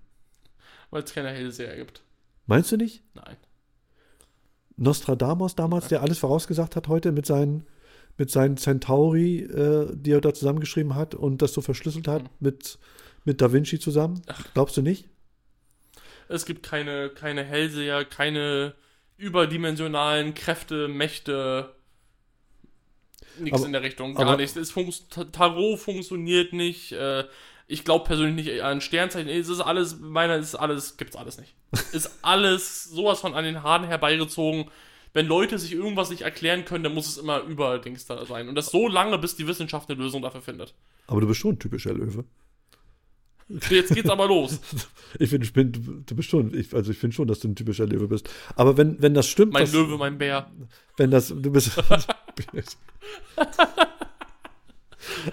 Weil es keine Hellseher gibt. Meinst du nicht? Nein. Nostradamus damals, der alles vorausgesagt hat heute mit seinen, mit seinen Centauri, äh, die er da zusammengeschrieben hat und das so verschlüsselt hat mit, mit Da Vinci zusammen? Glaubst du nicht? Es gibt keine, keine Hellseher, keine überdimensionalen Kräfte, Mächte. Nichts Aber- in der Richtung, gar aber- nichts. Es funkt, Ta- Tarot funktioniert nicht. Äh, ich glaube persönlich nicht an Sternzeichen. Es ist alles, meiner ist alles, gibt's [laughs] alles nicht. Ist alles sowas von an den Haaren herbeigezogen. Wenn Leute sich irgendwas nicht erklären können, dann muss es immer über Dings da sein. Und das so lange, bis die Wissenschaft eine Lösung dafür findet. Aber du bist schon ein typischer Löwe. Jetzt geht's aber [laughs] los. Ich finde, ich bin, du bist schon, ich, also ich finde schon, dass du ein typischer Löwe bist. Aber wenn, wenn das stimmt, Mein dass, Löwe, mein Bär. Wenn das, du bist. [laughs]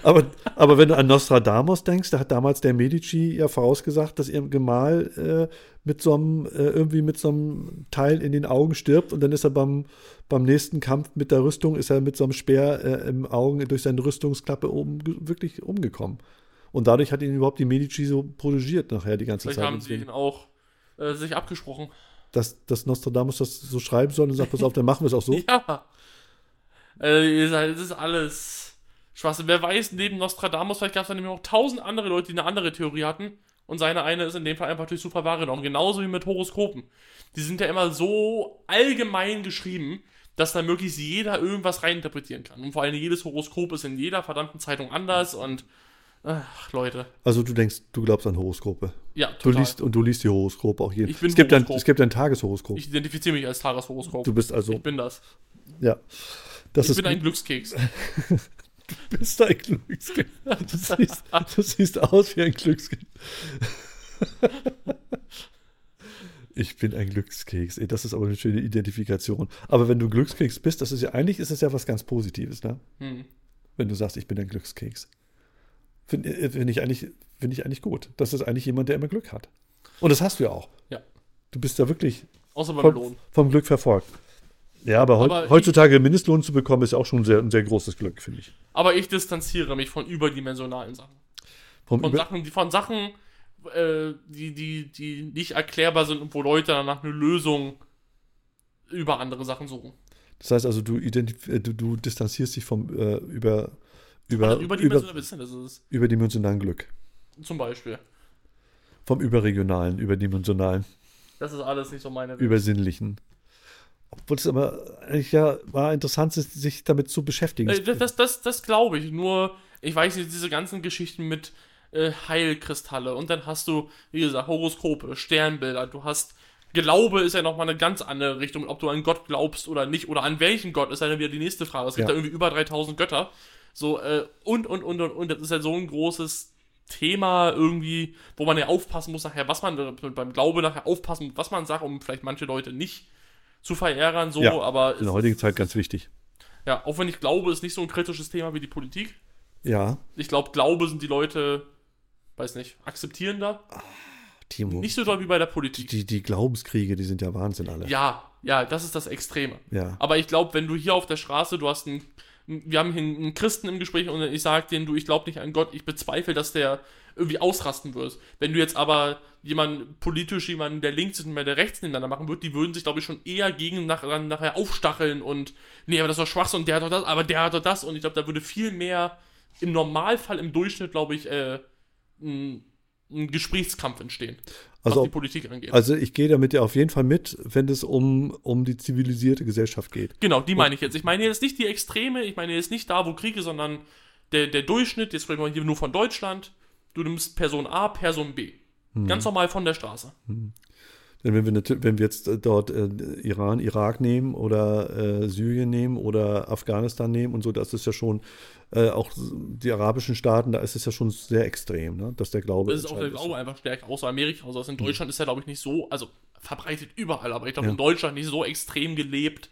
aber, aber wenn du an Nostradamus denkst, da hat damals der Medici ja vorausgesagt, dass ihr Gemahl äh, mit so einem, äh, irgendwie mit so einem Teil in den Augen stirbt und dann ist er beim, beim nächsten Kampf mit der Rüstung, ist er mit so einem Speer äh, im Augen durch seine Rüstungsklappe oben ge- wirklich umgekommen. Und dadurch hat ihn überhaupt die Medici so protegiert nachher die ganze Vielleicht Zeit. haben sie ihn auch äh, sich abgesprochen. dass, dass Nostradamus das so schreiben soll und sagt, pass auf, dann machen wir es auch so. [laughs] Ja. Äh, es ist halt- es ist alles Schwachsinn. Wer weiß, neben Nostradamus, vielleicht gab es da nämlich noch tausend andere Leute, die eine andere Theorie hatten. Und seine eine ist in dem Fall einfach durch Zufall wahrgenommen. Genauso wie mit Horoskopen. Die sind ja immer so allgemein geschrieben, dass da möglichst jeder irgendwas reininterpretieren kann. Und vor allem jedes Horoskop ist in jeder verdammten Zeitung anders und ach, Leute. Also du denkst, du glaubst an Horoskope. Ja, Du total. liest und du liest die Horoskope auch jeden. Ich bin es, gibt ein, Horoskop. es gibt ein Tageshoroskop. ich identifiziere mich als Tageshoroskop. du bist also, ich bin das. ja. Das ich ist bin ein [laughs] gut. Glückskeks. du bist ein Glückskind. Du siehst, du siehst aus wie ein Glückskind. [laughs] Ich bin ein Glückskeks. Ey, das ist aber eine schöne Identifikation. Aber wenn du Glückskeks bist, das ist ja eigentlich ist es ja was ganz Positives, ne? Hm. wenn du sagst, ich bin ein Glückskeks. Finde äh, find ich, eigentlich- find ich eigentlich gut. Das ist eigentlich jemand, der immer Glück hat. Und das hast du ja auch. Ja. Du bist da wirklich Außer beim vom, Lohn. vom Glück verfolgt. Ja, aber, heu- Aber ich- heutzutage Mindestlohn zu bekommen, ist auch schon sehr, ein sehr großes Glück, finde ich. Aber ich distanziere mich von überdimensionalen Sachen. Vom Von Über- Sachen, die von Sachen, äh, die, die, die nicht erklärbar sind und wo Leute danach eine Lösung über andere Sachen suchen. das heißt also, du, identif- äh, du, du distanzierst dich vom äh, über, über, Also über, überdimensional Wissen, das ist überdimensionalen Glück. es. zum Beispiel. Vom überregionalen, überdimensionalen, Das ist alles nicht so meine Welt. übersinnlichen. Obwohl es aber eigentlich ja war interessant, sich- sich damit zu beschäftigen. Äh, das das, das, das glaube ich. Nur, ich weiß nicht, diese ganzen Geschichten mit äh, Heilkristalle und dann hast du, wie gesagt, Horoskope, Sternbilder, du hast. Glaube ist ja nochmal eine ganz andere Richtung. Ob du an Gott glaubst oder nicht, oder an welchen Gott, ist ja dann wieder die nächste Frage. Es gibt Ja. ja irgendwie über 3000 Götter. So, äh, und, und, und, und, und. Das ist ja so ein großes Thema irgendwie, wo man ja aufpassen muss nachher, was man äh, beim Glaube nachher aufpassen muss, was man sagt, um vielleicht manche Leute nicht zu verärgern, so, Ja, genau, aber In es- der heutigen Zeit ganz wichtig. ja, auch wenn ich glaube, ist nicht so ein kritisches Thema wie die Politik. Ja, Ich glaube, Glaube sind die Leute, weiß nicht, akzeptierender. Timo. Nicht so doll wie bei der Politik. die, die Glaubenskriege, die sind ja Wahnsinn alle. Ja, ja, das ist das Extreme. Ja. Aber ich glaube, wenn du hier auf der Straße, du hast einen, wir haben hier einen Christen im Gespräch und ich sage denen, du, ich glaube nicht an Gott, ich bezweifle, dass der irgendwie ausrasten wird. Wenn du jetzt aber jemanden politisch, jemanden der links und der rechts nebeneinander machen wird, die würden sich, glaube ich, schon eher gegen nach, dann nachher aufstacheln und, nee, aber das war Schwachsinn und der hat doch das, aber der hat doch das und ich glaube, da würde viel mehr im Normalfall, im Durchschnitt, glaube ich, äh, ein, ein Gesprächskampf entstehen, was Also, die Politik angeht. also ich gehe damit ja auf jeden Fall mit, wenn es um, um die zivilisierte Gesellschaft geht. Genau, die meine ich jetzt. Ich meine jetzt nicht die Extreme, ich meine jetzt nicht da, wo Kriege, sondern der, der Durchschnitt, jetzt sprechen wir hier nur von Deutschland. Du nimmst Person A, Person B. Hm. Ganz normal von der Straße. Denn wenn wir, natü- wenn wir jetzt äh, dort äh, Iran, Irak nehmen oder äh, Syrien nehmen oder Afghanistan nehmen und so, das ist ja schon, äh, auch die arabischen Staaten, da ist es ja schon sehr extrem, ne? dass der Glaube Das ist auch der entscheidend Hm. Glaube einfach stärker, außer Amerika. Also in Deutschland ist er, glaube ich, nicht so, also verbreitet überall, aber ich glaube Ja. in Deutschland nicht so extrem gelebt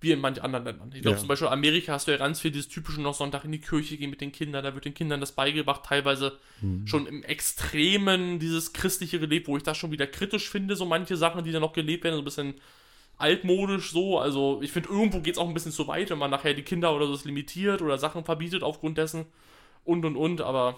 wie in manch anderen Ländern. Ich glaube Ja. zum Beispiel in Amerika hast du ja ganz viel dieses typische noch Sonntag in die Kirche gehen mit den Kindern, da wird den Kindern das beigebracht, teilweise Mhm. schon im Extremen dieses christliche gelebt, wo ich das schon wieder kritisch finde, so manche Sachen, die da noch gelebt werden, so ein bisschen altmodisch so. Also ich finde, irgendwo geht es auch ein bisschen zu weit, wenn man nachher die Kinder oder so limitiert oder Sachen verbietet aufgrund dessen und und und, aber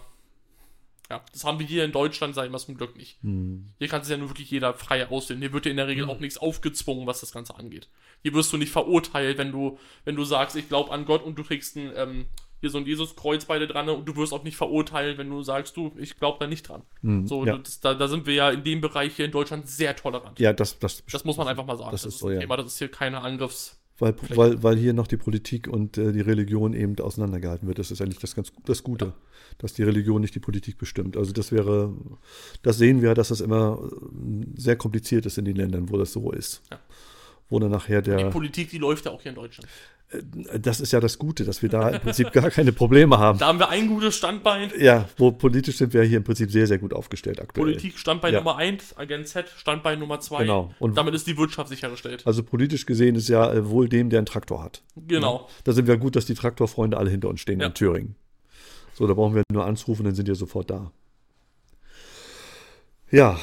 ja, das haben wir hier in Deutschland, sag ich mal, zum Glück nicht. Mhm. Hier kann es ja nur wirklich jeder frei auswählen. Hier wird dir in der Regel auch nichts aufgezwungen, was das Ganze angeht. Hier wirst du nicht verurteilt, wenn du, wenn du sagst, ich glaube an Gott und du kriegst ein, ähm, hier so ein Jesuskreuz beide dran ne, und du wirst auch nicht verurteilt, wenn du sagst, du, ich glaube da nicht dran. Mhm, So, ja. das, da, da sind wir ja in dem Bereich hier in Deutschland sehr tolerant. Ja, das, das, Das muss man einfach mal sagen. Das ist so, ein ja. Thema, das ist hier keine Angriffs. weil, weil, weil hier noch die Politik und äh, die Religion eben auseinandergehalten wird. Das ist eigentlich das ganz das Gute, dass die Religion nicht die Politik bestimmt. Also das wäre, das sehen wir, dass das immer äh, sehr kompliziert ist in den Ländern, wo das so ist. Ja. Wo dann nachher Die der, Politik, die läuft ja auch hier in Deutschland. das ist ja das Gute, dass wir da im Prinzip gar keine Probleme haben. Da haben wir ein gutes Standbein. Ja, wo politisch sind wir hier im Prinzip sehr, sehr gut aufgestellt aktuell. Politik, Standbein Ja. Nummer 1, Agent Z, Standbein Nummer 2. Genau. Und- Und damit ist die Wirtschaft sichergestellt. Also politisch gesehen ist ja äh, wohl dem, der einen Traktor hat. Genau. Ne? Da sind wir gut, dass die Traktorfreunde alle hinter uns stehen Ja. in Thüringen. So, da brauchen wir nur anzurufen, dann sind die sofort da. Ja,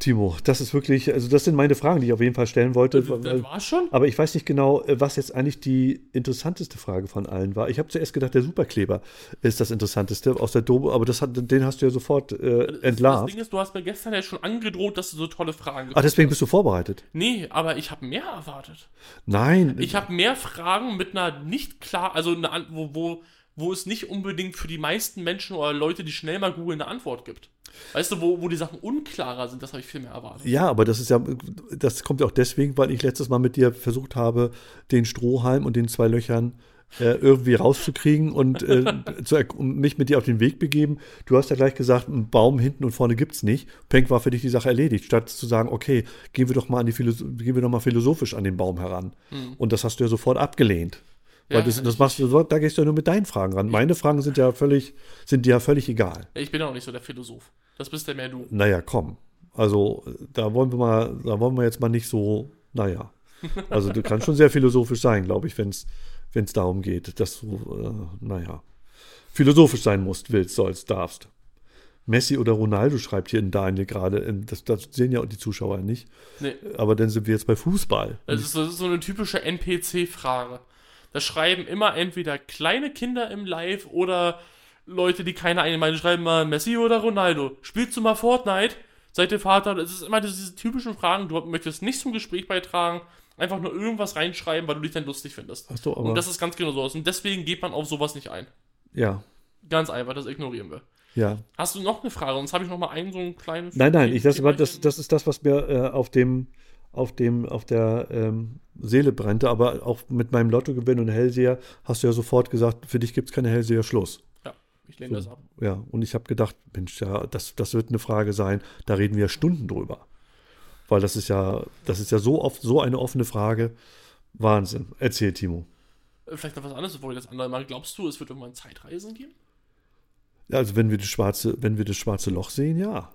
Timo, das ist wirklich, also das sind meine Fragen, die ich auf jeden Fall stellen wollte. Das, das war's schon? Aber ich weiß nicht genau, äh, was jetzt eigentlich die interessanteste Frage von allen war. Ich habe zuerst gedacht, der Superkleber ist das interessanteste aus der Dobe, aber das hat, den hast du ja sofort äh, Das entlarvt. Ding ist, du hast mir gestern ja schon angedroht, dass du so tolle Fragen Ah, deswegen bist du vorbereitet. Nee, aber ich habe mehr erwartet. Nein, Ich habe mehr Fragen mit einer nicht klar, also eine, An- wo, wo, wo es nicht unbedingt für die meisten Menschen oder Leute, die schnell mal googeln, eine Antwort gibt. Weißt du, wo, wo die Sachen unklarer sind, das habe ich viel mehr erwartet. Ja, aber das ist ja, das kommt ja auch deswegen, weil ich letztes Mal mit dir versucht habe, den Strohhalm und den zwei Löchern äh, irgendwie rauszukriegen und äh, zu, erk- um mich mit dir auf den Weg begeben. Du hast ja gleich gesagt, einen Baum hinten und vorne gibt's nicht. Penk war für dich die Sache erledigt, statt zu sagen, okay, gehen wir doch mal an die Philosoph gehen wir doch mal philosophisch an den Baum heran. Und das hast du ja sofort abgelehnt. Weil Ja, das, das machst du, da gehst du ja nur mit deinen Fragen ran. Meine Fragen sind ja völlig, sind dir ja völlig egal. Ich bin ja auch nicht so der Philosoph. Das bist ja mehr du. naja, komm. Also, da wollen wir mal, da wollen wir jetzt mal nicht so, naja. Also, du kannst schon sehr philosophisch sein, glaube ich, wenn es darum geht, dass du, äh, naja, philosophisch sein musst, willst, sollst, darfst. Messi oder Ronaldo schreibt hier in Daniel gerade, ähm, das, das sehen ja die Zuschauer nicht, Nee. aber dann sind wir jetzt bei Fußball. Das ist, das ist so eine typische NPC-Frage. Da schreiben immer entweder kleine Kinder im Live oder Leute, die keine eigenen Meinung schreiben, mal Messi oder Ronaldo. Spielst du mal Fortnite? Seid ihr Vater? Es ist immer diese, diese typischen Fragen. Du möchtest nicht zum Gespräch beitragen, einfach nur irgendwas reinschreiben, weil du dich dann lustig findest. Hast du aber, Und das ist ganz genau so. Und deswegen geht man auf sowas nicht ein. ja, Ganz einfach, das ignorieren wir. ja. Hast du noch eine Frage? Sonst habe ich noch mal einen so einen kleinen. Nein, nein, ich, das, war- das, das ist das, was mir äh, auf dem, auf dem, auf der ähm, Seele brannte, aber auch mit meinem Lottogewinn und Hellseher hast du ja sofort gesagt, für dich gibt es keine Hellseher Schluss. Ja, ich lehne das ab. Ja, und ich habe gedacht, Mensch, ja, das, das wird eine Frage sein, da reden wir Stunden drüber. Weil das ist ja, das ist ja so oft so eine offene Frage. Wahnsinn. Erzähl, Timo. Äh, Vielleicht noch was anderes, bevor wir das andere machen. Glaubst du, es wird irgendwann Zeitreisen geben? Ja, Also wenn wir das schwarze, wenn wir das schwarze Loch sehen, ja.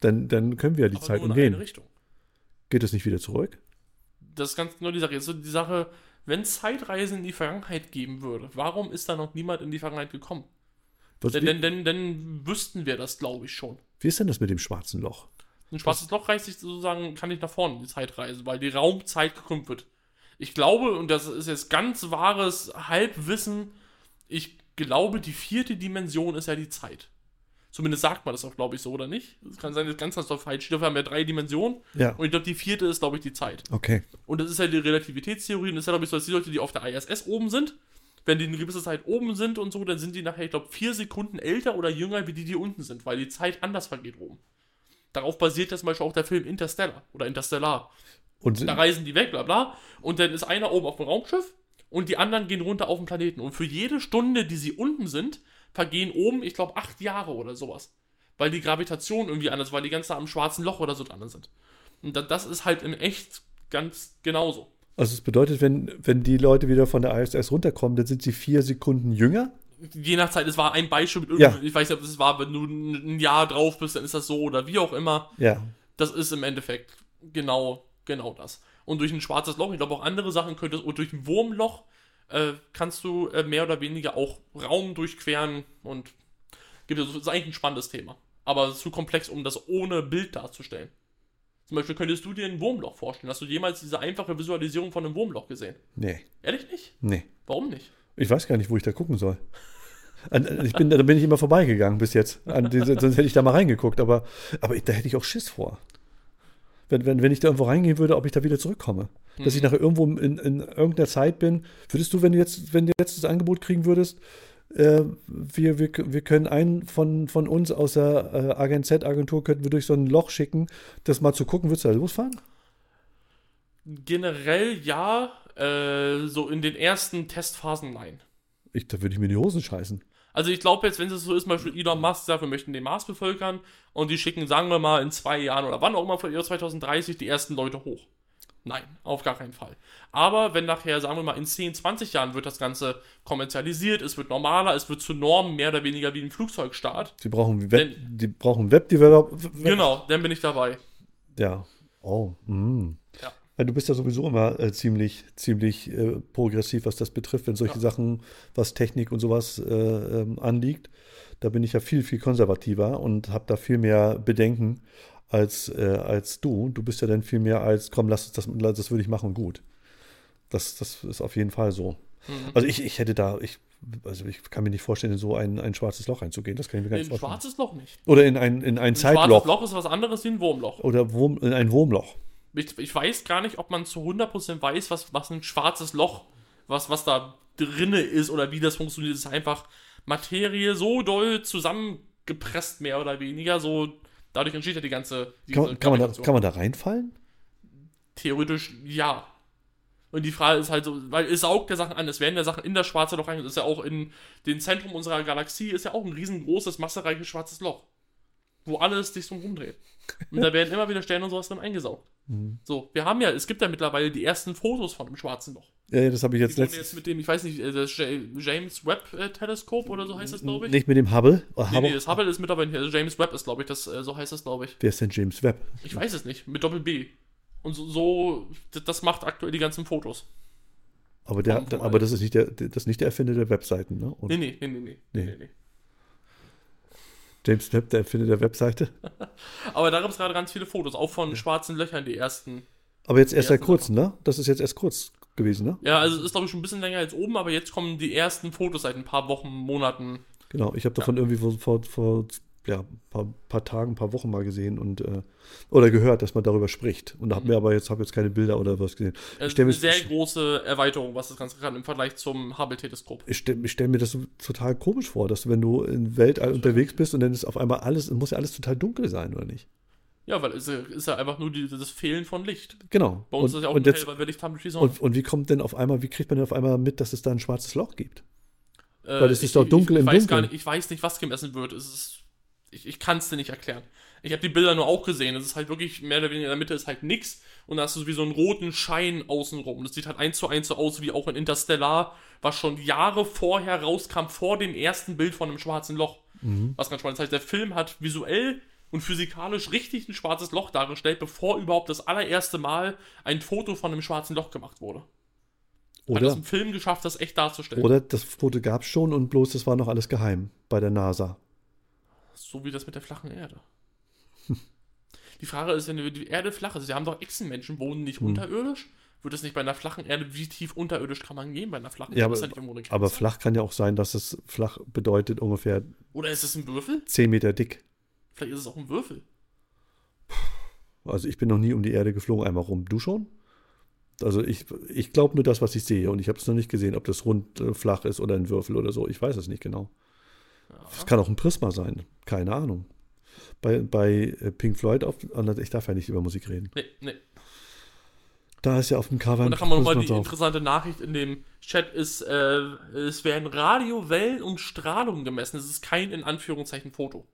Dann, dann können wir ja die Aber Zeit nur in eine umgehen. Richtung. Geht es nicht wieder zurück? Das ist ganz nur die Sache. Jetzt so die Sache, wenn es Zeitreisen in die Vergangenheit geben würde, warum ist da noch niemand in die Vergangenheit gekommen? Was, Denn, wie, denn, denn, denn wüssten wir das, glaube ich, schon. wie ist denn das mit dem schwarzen Loch? Ein schwarzes Loch reißt sich sozusagen, kann nicht nach vorne in die Zeit reisen, weil die Raumzeit gekrümmt wird. Ich glaube, und das ist jetzt ganz wahres Halbwissen, ich glaube, die vierte Dimension ist ja die Zeit. Zumindest sagt man das auch, glaube ich, so, oder nicht? Es kann sein, das ganz, ganz doll falsch. steht. Wir haben ja drei Dimensionen Ja. und ich glaube, die vierte ist, glaube ich, die Zeit. Okay. Und das ist ja die Relativitätstheorie. Und das ist ja, glaube ich, so, dass die Leute, die auf der ISS oben sind, wenn die eine gewisse Zeit oben sind und so, dann sind die nachher, ich glaube, vier Sekunden älter oder jünger, wie die, die unten sind, weil die Zeit anders vergeht oben. Darauf basiert ja zum Beispiel auch der Film Interstellar oder Interstellar. Und Da reisen die weg, bla bla. Und dann ist einer oben auf dem Raumschiff und die anderen gehen runter auf den Planeten. Und für jede Stunde, die sie unten sind, vergehen oben, ich glaube, acht Jahre oder sowas. Weil die Gravitation irgendwie anders, weil die ganze am schwarzen Loch oder so dran sind. Und da- das ist halt in echt ganz genauso. Also es bedeutet, wenn, wenn die Leute wieder von der ISS runterkommen, dann sind sie vier Sekunden jünger. je nach Zeit, es war ein Beispiel mit Ja. irgendwie, ich weiß nicht, ob es war, wenn du ein ein Jahr drauf bist, dann ist das so oder wie auch immer. Ja. Das ist im Endeffekt genau, genau das. Und durch ein schwarzes Loch, ich glaube auch andere Sachen könntest, und durch ein Wurmloch äh, kannst du äh, mehr oder weniger auch Raum durchqueren und gibt es, ist eigentlich ein spannendes Thema. Aber es ist zu komplex, um das ohne Bild darzustellen. Zum Beispiel könntest du dir ein Wurmloch vorstellen. Hast du jemals diese einfache Visualisierung von einem Wurmloch gesehen? Nee, Ehrlich nicht? nee. Warum nicht? Ich Ich weiß gar nicht, wo ich da gucken soll. An, an- ich bin, da bin ich immer vorbeigegangen bis jetzt. An diese, sonst hätte ich da mal reingeguckt, aber, aber ich, da hätte ich auch Schiss vor. Wenn, wenn, wenn ich da irgendwo reingehen würde, ob ich da wieder zurückkomme. Dass ich nachher irgendwo in, in irgendeiner Zeit bin. Würdest du, wenn du jetzt, wenn du jetzt das Angebot kriegen würdest, äh, wir, wir, wir können einen von, von uns aus der äh, AGNZ-Agentur, könnten wir durch so ein Loch schicken, das mal zu gucken, würdest du da losfahren? Generell ja, äh, so in den ersten Testphasen nein. Ich, da würde ich mir in die Hosen scheißen. Also ich glaube jetzt, wenn es so ist, zum Beispiel Elon Musk sagt, wir möchten den Mars bevölkern und die schicken, sagen wir mal, in zwei Jahren oder wann auch immer, von 2030 die ersten Leute hoch. Nein, auf gar keinen Fall. Aber wenn nachher, sagen wir mal, in 10, 20 Jahren wird das Ganze kommerzialisiert, es wird normaler, es wird zur Norm mehr oder weniger wie ein Flugzeugstart. Sie brauchen Web, die brauchen Webdeveloper. Genau, dann bin ich dabei. Ja. Oh. mm. Ja. Ja, Du bist ja sowieso immer äh, ziemlich, ziemlich äh, progressiv, was das betrifft, wenn solche Ja. Sachen, was Technik und sowas äh, ähm, anliegt. Da bin ich ja viel, viel konservativer und habe da viel mehr Bedenken als, äh, als du. Du bist ja dann viel mehr als, komm, lass uns das, lass- das würde ich machen, gut. Das, das ist auf jeden Fall so. Mhm. Also ich, ich hätte da, ich, also ich kann mir nicht vorstellen, in so ein, ein schwarzes Loch einzugehen. Das kann ich mir gar nicht Ein vorstellen. schwarzes Loch nicht. Oder in ein, in ein Ein schwarzes Zeitloch. Loch ist was anderes wie ein Wurmloch. Oder Wurm, in ein Wurmloch. Ich, ich weiß gar nicht, ob man zu 100% weiß, was, was ein schwarzes Loch, was, was da drinne ist oder wie das funktioniert. Es ist einfach Materie so doll zusammengepresst gepresst, mehr oder weniger. So, dadurch entsteht ja die ganze. Diese Kann, man- kann, man da, Gravitation. kann man da reinfallen? Theoretisch ja. Und die Frage ist halt so, weil es saugt ja Sachen an, es werden ja Sachen in das schwarze Loch rein. Das ist ja auch in dem Zentrum unserer Galaxie, ist ja auch ein riesengroßes, massereiches schwarzes Loch. Wo alles sich drum rumdreht. Und da werden immer wieder Sterne und sowas drin eingesaugt. Mhm. So, wir haben ja, es gibt ja mittlerweile die ersten Fotos von dem schwarzen Loch. Ja, ja, Äh, das habe ich jetzt Die wurden letztens. jetzt mit dem, ich weiß nicht, äh, das Ja- James Webb äh, Teleskop oder so heißt das, glaube ich. Nicht mit dem Hubble. Oh, Nee, Hubble. nee, das Hubble ist mittlerweile, also James Webb ist, glaube ich, das, äh, so heißt das, glaube ich. Wer ist denn James Webb? Ich weiß es nicht, mit Doppel B. Und so, so d- das macht aktuell die ganzen Fotos. Aber, der, Warum- aber das ist nicht der, das ist nicht der Erfinder der Webseiten, ne? Und Nee, nee, nee, nee, nee. Nee. nee. nee. James Webb, der Erfinder der Webseite. Aber da gibt es gerade ganz viele Fotos, auch von schwarzen Löchern, die ersten. Aber jetzt erst Ja, seit kurzem, ne? Das ist jetzt erst kurz gewesen, ne? Ja, also es ist, glaube ich, schon ein bisschen länger als oben, aber jetzt kommen die ersten Fotos seit ein paar Wochen, Monaten. Genau, ich habe davon irgendwie vor, vor, vor ja, paar, paar Tagen, paar Wochen mal gesehen und äh, oder gehört, dass man darüber spricht. Und habe mir aber jetzt, habe jetzt keine Bilder oder was gesehen. Ich Also stelle Mhm. eine mir, sehr große Erweiterung, was das Ganze kann, im Vergleich zum Hubble-Teleskop. ich stell, ich stell mir das so total komisch vor, dass wenn du im Weltall unterwegs bist und dann ist auf einmal alles, muss ja alles total dunkel sein, oder nicht? Ja, weil es ist ja einfach nur die, das Fehlen von Licht. Genau. Bei uns und, ist ja auch und, ein jetzt, Teil, weil wir Licht haben durch die Sonne. und, und wie kommt denn auf einmal, wie kriegt man denn auf einmal mit, dass es da ein schwarzes Loch gibt? Äh, Weil es ist doch dunkel ich, im ich weiß Gar Dunkeln. nicht, ich weiß nicht, was gemessen wird. Es ist, ich ich kann es dir nicht erklären. Ich habe die Bilder nur auch gesehen. Es ist halt wirklich, mehr oder weniger in der Mitte ist halt nix. Und da hast du wie so einen roten Schein außenrum. Das sieht halt eins zu eins so aus wie auch in Interstellar, was schon Jahre vorher rauskam, vor dem ersten Bild von einem schwarzen Loch. Mhm. Was ganz spannend ist. Das heißt, der Film hat visuell und physikalisch richtig ein schwarzes Loch dargestellt, bevor überhaupt das allererste Mal ein Foto von einem schwarzen Loch gemacht wurde. Hat es Oder, im Film geschafft, Ah, das echt darzustellen. oder das Foto gab es schon und bloß das war noch alles geheim bei der NASA. So wie das mit der flachen Erde. [laughs] Die Frage ist, wenn die Erde flach ist, wir haben doch Echsenmenschen, wohnen Hm. nicht unterirdisch? Wird es nicht bei einer flachen Erde, wie tief unterirdisch kann man gehen bei einer flachen Ja, Erde? aber, Ist da nicht irgendwo eine Grenze? aber flach kann ja auch sein, dass es flach bedeutet ungefähr Oder ist es ein Würfel? 10 Meter dick. Vielleicht ist es auch ein Würfel. Also ich bin noch nie um die Erde geflogen, einmal rum. Du schon? Also ich, ich glaube nur das, was ich sehe. Und ich habe es noch nicht gesehen, ob das rund, äh, flach ist oder ein Würfel oder so. Ich weiß es nicht genau. Es kann auch ein Prisma sein. Keine Ahnung. Bei, bei äh, Pink Floyd, auf, anders- ich darf ja nicht über Musik reden. Nee, nee. Da ist ja auf dem Cover Und ein da kann man nochmal die drauf. interessante Nachricht in dem Chat ist, äh, es werden Radiowellen und Strahlung gemessen. Es ist kein in Anführungszeichen Foto.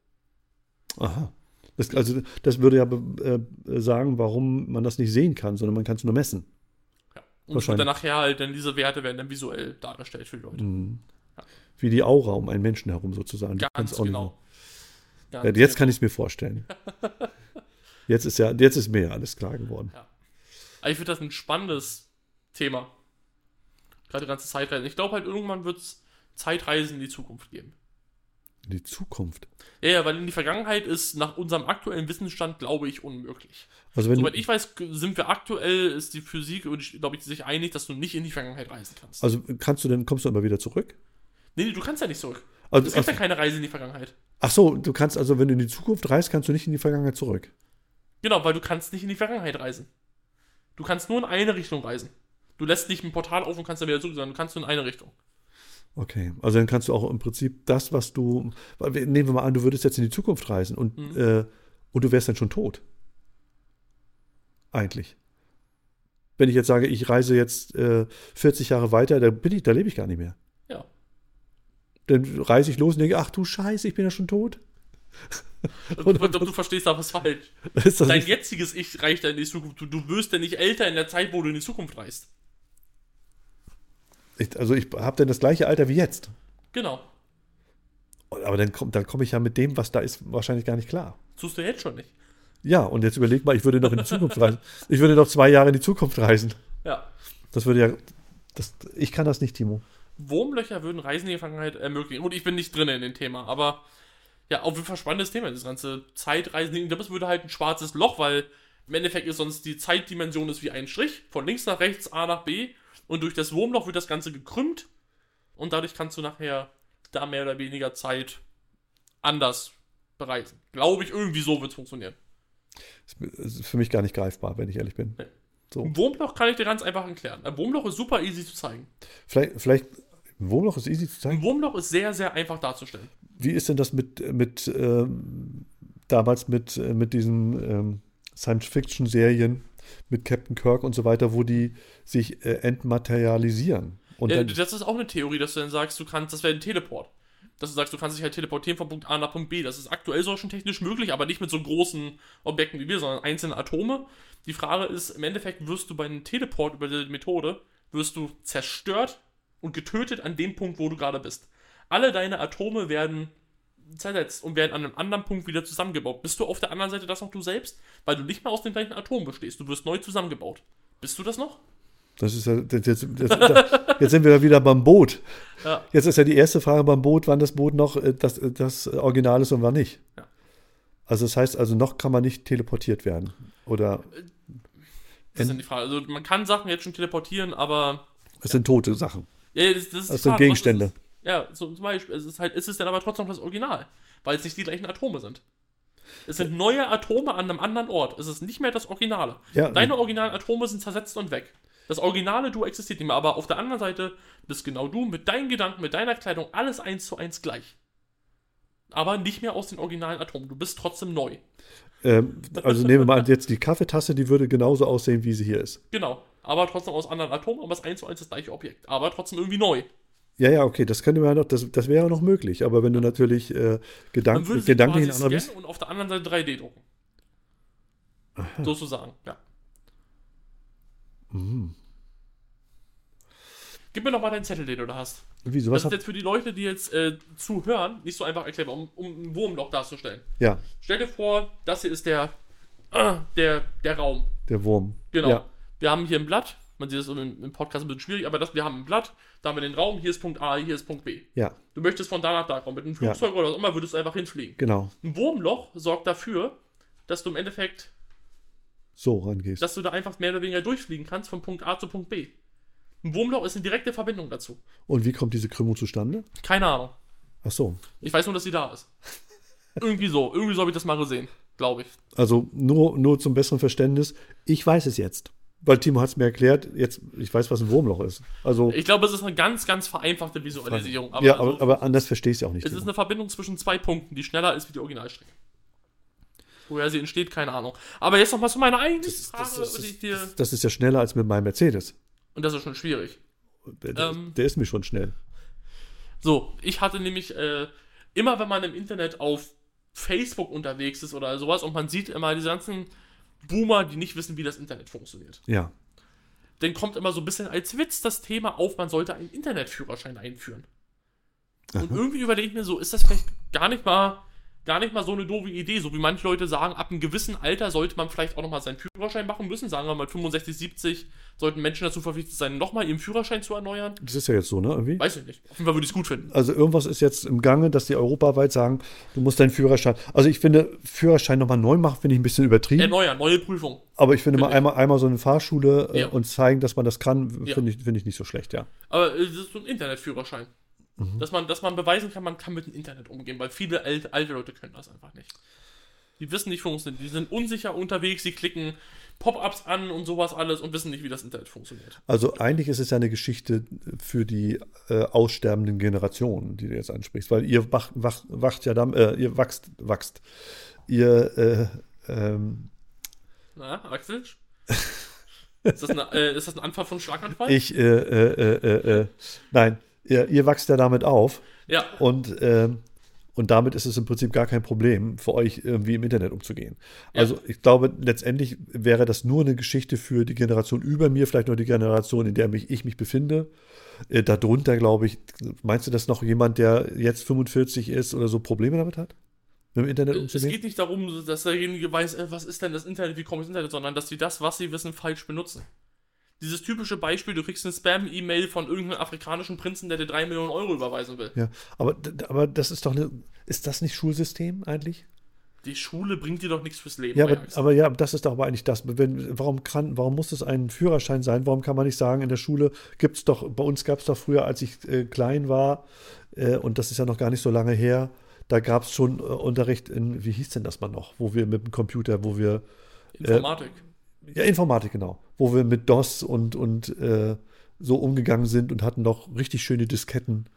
Aha. Das, also das würde ja be- äh, sagen, warum man das nicht sehen kann, sondern man kann es nur messen. Ja. Und es wird Wahrscheinlich. dann nachher halt, dann diese Werte werden dann visuell dargestellt für die Leute. Mhm. Wie die Aura um einen Menschen herum sozusagen. Die Ganz kann's auch genau. nicht- Ganz Ja, Äh, jetzt kann ich es mir vorstellen. Jetzt ist ja, jetzt ist mir ja alles klar geworden. Aber Also ich finde das ein spannendes Thema. Gerade die ganze Zeitreisen. Ich glaube halt, irgendwann wird es Zeitreisen in die Zukunft geben. Die Zukunft. Ja, ja, weil in die Vergangenheit ist nach unserem aktuellen Wissensstand, glaube ich, unmöglich. Also wenn, Soweit ich weiß, g- sind wir aktuell, ist die Physik, und ich- glaube ich, sich einig, dass du nicht in die Vergangenheit reisen kannst. also kannst du denn, kommst du immer wieder zurück? nee, nee, du kannst ja nicht zurück. Also, Es gibt ja ach- keine Reise in die Vergangenheit. ach so, du kannst also, wenn du in die Zukunft reist, kannst du nicht in die Vergangenheit zurück. Genau, weil du kannst nicht in die Vergangenheit reisen. Du kannst nur in eine Richtung reisen. Du lässt nicht ein Portal auf und kannst dann wieder zurück, sondern du kannst nur in eine Richtung. Okay, also dann kannst du auch im Prinzip das, was du, weil wir- nehmen wir mal an, du würdest jetzt in die Zukunft reisen und, äh, und du wärst dann schon tot. Eigentlich. Wenn ich jetzt sage, ich reise jetzt äh, 40 Jahre weiter, da bin ich, da lebe ich gar nicht mehr. Ja. Dann reise ich los und denke, ach du Scheiße, ich bin ja schon tot. Und ich glaube, du verstehst da was falsch. [laughs] Ist das Dein nicht, jetziges Ich reicht ja in die Zukunft. Du, du wirst ja nicht älter in der Zeit, wo du in die Zukunft reist. ich, also ich habe dann das gleiche Alter wie jetzt. Genau. Aber dann komme dann komm ich ja mit dem, was da ist, wahrscheinlich gar nicht klar. Tust du jetzt schon nicht. Ja, und jetzt überleg mal, ich würde noch in die Zukunft reisen. Ich würde noch zwei Jahre in die Zukunft reisen. Ja. Das würde ja. Das, ich kann das nicht, Timo. Wurmlöcher würden Reisen in die Vergangenheit ermöglichen. Und ich bin nicht drin in dem Thema, aber ja, auf jeden Fall spannendes Thema, das ganze Zeitreisen. Das würde halt ein schwarzes Loch, weil im Endeffekt ist sonst die Zeitdimension ist wie ein Strich, von links nach rechts, A nach B. Und durch das Wurmloch wird das Ganze gekrümmt. Und dadurch kannst du nachher da mehr oder weniger Zeit anders bereisen. Glaube ich, irgendwie so wird es funktionieren. Das ist für mich gar nicht greifbar, wenn ich ehrlich bin. So. Ein Wurmloch kann ich dir ganz einfach erklären. Ein Wurmloch ist super easy zu zeigen. Vielleicht, vielleicht Ein Wurmloch ist easy zu Ein zeigen. Wurmloch ist sehr, sehr einfach darzustellen. Wie ist denn das mit, mit ähm, damals mit, äh, mit diesen ähm, Science-Fiction-Serien, mit Captain Kirk und so weiter, wo die sich äh, entmaterialisieren? Und Äh, dann, das ist auch eine Theorie, dass du dann sagst, du kannst, das wäre ein Teleport. Dass du sagst, du kannst dich halt teleportieren von Punkt A nach Punkt B. Das ist aktuell so schon technisch möglich, aber nicht mit so großen Objekten wie wir, sondern einzelne Atome. Die Frage ist, im Endeffekt wirst du bei einem Teleport über diese Methode, wirst du zerstört und getötet an dem Punkt, wo du gerade bist. Alle deine Atome werden zersetzt und werden an einem anderen Punkt wieder zusammengebaut. Bist du auf der anderen Seite das noch du selbst? Weil du nicht mehr aus den gleichen Atomen bestehst. Du wirst neu zusammengebaut. Bist du das noch? das ist ja, das, jetzt, das, jetzt sind wir ja wieder beim Boot. Ja. Jetzt ist ja die erste Frage beim Boot, wann das Boot noch äh, das, äh, das Original ist und wann nicht. Ja. Also das heißt, also noch kann man nicht teleportiert werden. Oder Äh, Das ist dann die Frage. Also man kann Sachen jetzt schon teleportieren, aber. es sind tote Sachen. Ja, das, das ist die Das sind Frage, was Gegenstände. ist es? Ja, so, zum Beispiel, es ist halt, ist es denn aber trotzdem noch das Original, weil es nicht die gleichen Atome sind. Es sind neue Atome an einem anderen Ort. Es ist nicht mehr das Originale. Ja. Deine originalen Atome sind zersetzt und weg. Das originale Du existiert nicht mehr, aber auf der anderen Seite bist genau du mit deinen Gedanken, mit deiner Kleidung alles eins zu eins gleich. Aber nicht mehr aus den originalen Atomen. Du bist trotzdem neu. [laughs] Ähm, also nehmen wir mal jetzt die Kaffeetasse, die würde genauso aussehen, wie sie hier ist. Genau. Aber trotzdem aus anderen Atomen, aber es ist eins zu eins das gleiche Objekt. Aber trotzdem irgendwie neu. Ja, ja, okay, das könnte man ja noch, das, das wäre ja noch möglich. Aber wenn du natürlich äh, Man würde Gedanken, sie Gedanken quasi in andere scannen und auf der anderen Seite 3D drucken. Sozusagen, ja. Mhm. Gib mir noch mal deinen Zettel, den du da hast. Wieso? Das Was ist hat, jetzt für die Leute, die jetzt äh, zuhören, nicht so einfach erklärbar, um, um ein Wurmloch darzustellen. ja, Stell dir vor, das hier ist der, [clears throat] äh, der, der Raum. der Wurm. Genau. Ja, Wir haben hier ein Blatt. Man sieht es im, im Podcast ein bisschen schwierig, aber das, wir haben ein Blatt. Da haben wir den Raum. Hier ist Punkt A, hier ist Punkt B. ja Du möchtest von da nach da kommen. Mit einem Flugzeug oder was auch immer würdest du einfach hinfliegen. genau. Ein Wurmloch sorgt dafür, dass du im Endeffekt, So rangehst. dass du da einfach mehr oder weniger durchfliegen kannst von Punkt A zu Punkt B. Ein Wurmloch ist eine direkte Verbindung dazu. Und wie kommt diese Krümmung zustande? Keine Ahnung. Ach so. Ich weiß nur, dass sie da [laughs] ist. Irgendwie so. Irgendwie so habe ich das mal gesehen. Glaube ich. Also nur, nur zum besseren Verständnis, ich weiß es jetzt. Weil Timo hat es mir erklärt, jetzt, ich weiß, was ein Wurmloch ist. Also, Ich glaube, es ist eine ganz, ganz vereinfachte Visualisierung. Aber, ja, also, aber, aber anders verstehe ich es ja auch nicht. es ist Timo. eine Verbindung zwischen zwei Punkten, die schneller ist wie die Originalstrecke. Woher sie entsteht, keine Ahnung. Aber jetzt nochmal zu meiner eigentlichen Frage. das, das, die ich ist, dir- das, das ist ja schneller als mit meinem Mercedes. und das ist schon schwierig. Der, der- Ähm. der ist mir schon schnell. So, ich hatte nämlich äh, immer, wenn man im Internet auf Facebook unterwegs ist oder sowas und man sieht immer diese ganzen Boomer, die nicht wissen, wie das Internet funktioniert. Ja. Dann kommt immer so ein bisschen als Witz das Thema auf, man sollte einen Internetführerschein einführen. Und irgendwie überlege ich mir so, ist das vielleicht gar nicht mal gar nicht mal so eine doofe Idee, so wie manche Leute sagen, ab einem gewissen Alter sollte man vielleicht auch nochmal seinen Führerschein machen müssen, sagen wir mal 65, 70 sollten Menschen dazu verpflichtet sein, nochmal ihren Führerschein zu erneuern. Das ist ja jetzt so, ne? Irgendwie. Weiß ich nicht. Auf jeden Fall würde ich es gut finden. Also irgendwas ist jetzt im Gange, dass die europaweit sagen, du musst deinen Führerschein. Also ich finde, Führerschein nochmal neu machen, finde ich ein bisschen übertrieben. Erneuern, neue Prüfung. aber ich finde mal ich. einmal, einmal so eine Fahrschule äh, Ja. und zeigen, dass man das kann, Ja. finde ich, finde ich nicht so schlecht, ja. Aber äh, das ist so ein Internetführerschein. Dass, man, dass man beweisen kann, man kann mit dem Internet umgehen, weil viele alte, alte Leute können das einfach nicht. Die wissen nicht, wie funktioniert. Die sind unsicher unterwegs, sie klicken Pop-ups an und sowas alles und wissen nicht, wie das Internet funktioniert. Also eigentlich ist es ja eine Geschichte für die äh, aussterbenden Generationen, die du jetzt ansprichst, weil ihr wach, wach, wacht ja dann, äh, ihr wachst, wachst. Ihr, äh, ähm, Na, Axel? ist, das eine, äh, ist das ein Anfall von Schlaganfall? ich, äh, äh, äh, äh, nein, ihr, ihr wachst ja damit auf. ja, Und, ähm, und damit ist es im Prinzip gar kein Problem für euch, irgendwie im Internet umzugehen. Ja. Also ich glaube, letztendlich wäre das nur eine Geschichte für die Generation über mir, vielleicht nur die Generation, in der mich, ich mich befinde. Äh, darunter, glaube ich, meinst du, dass noch jemand, der jetzt 45 ist oder so, Probleme damit hat? Mit dem Internet es umzugehen? Äh, geht nicht darum, dass derjenige weiß, äh, was ist denn das Internet, wie kommt das Internet, sondern dass sie das, was sie wissen, falsch benutzen. Dieses typische Beispiel, du kriegst eine Spam-E-Mail von irgendeinem afrikanischen Prinzen, der dir 3 Millionen Euro überweisen will. Ja, aber, d- aber das ist doch eine. Ist das nicht Schulsystem eigentlich? Die Schule bringt dir doch nichts fürs Leben. Ja, aber, Ajax. aber ja, das ist doch aber eigentlich das. Wenn, warum, kann, warum muss es ein Führerschein sein? Warum kann man nicht sagen, in der Schule gibt es doch, bei uns gab es doch früher, als ich äh, klein war, äh, und das ist ja noch gar nicht so lange her, da gab es schon äh, Unterricht in, wie hieß denn das mal noch, wo wir mit dem Computer, wo wir, Informatik. ja, Informatik, genau, wo wir mit DOS und, und äh, so umgegangen sind und hatten noch richtig schöne Disketten,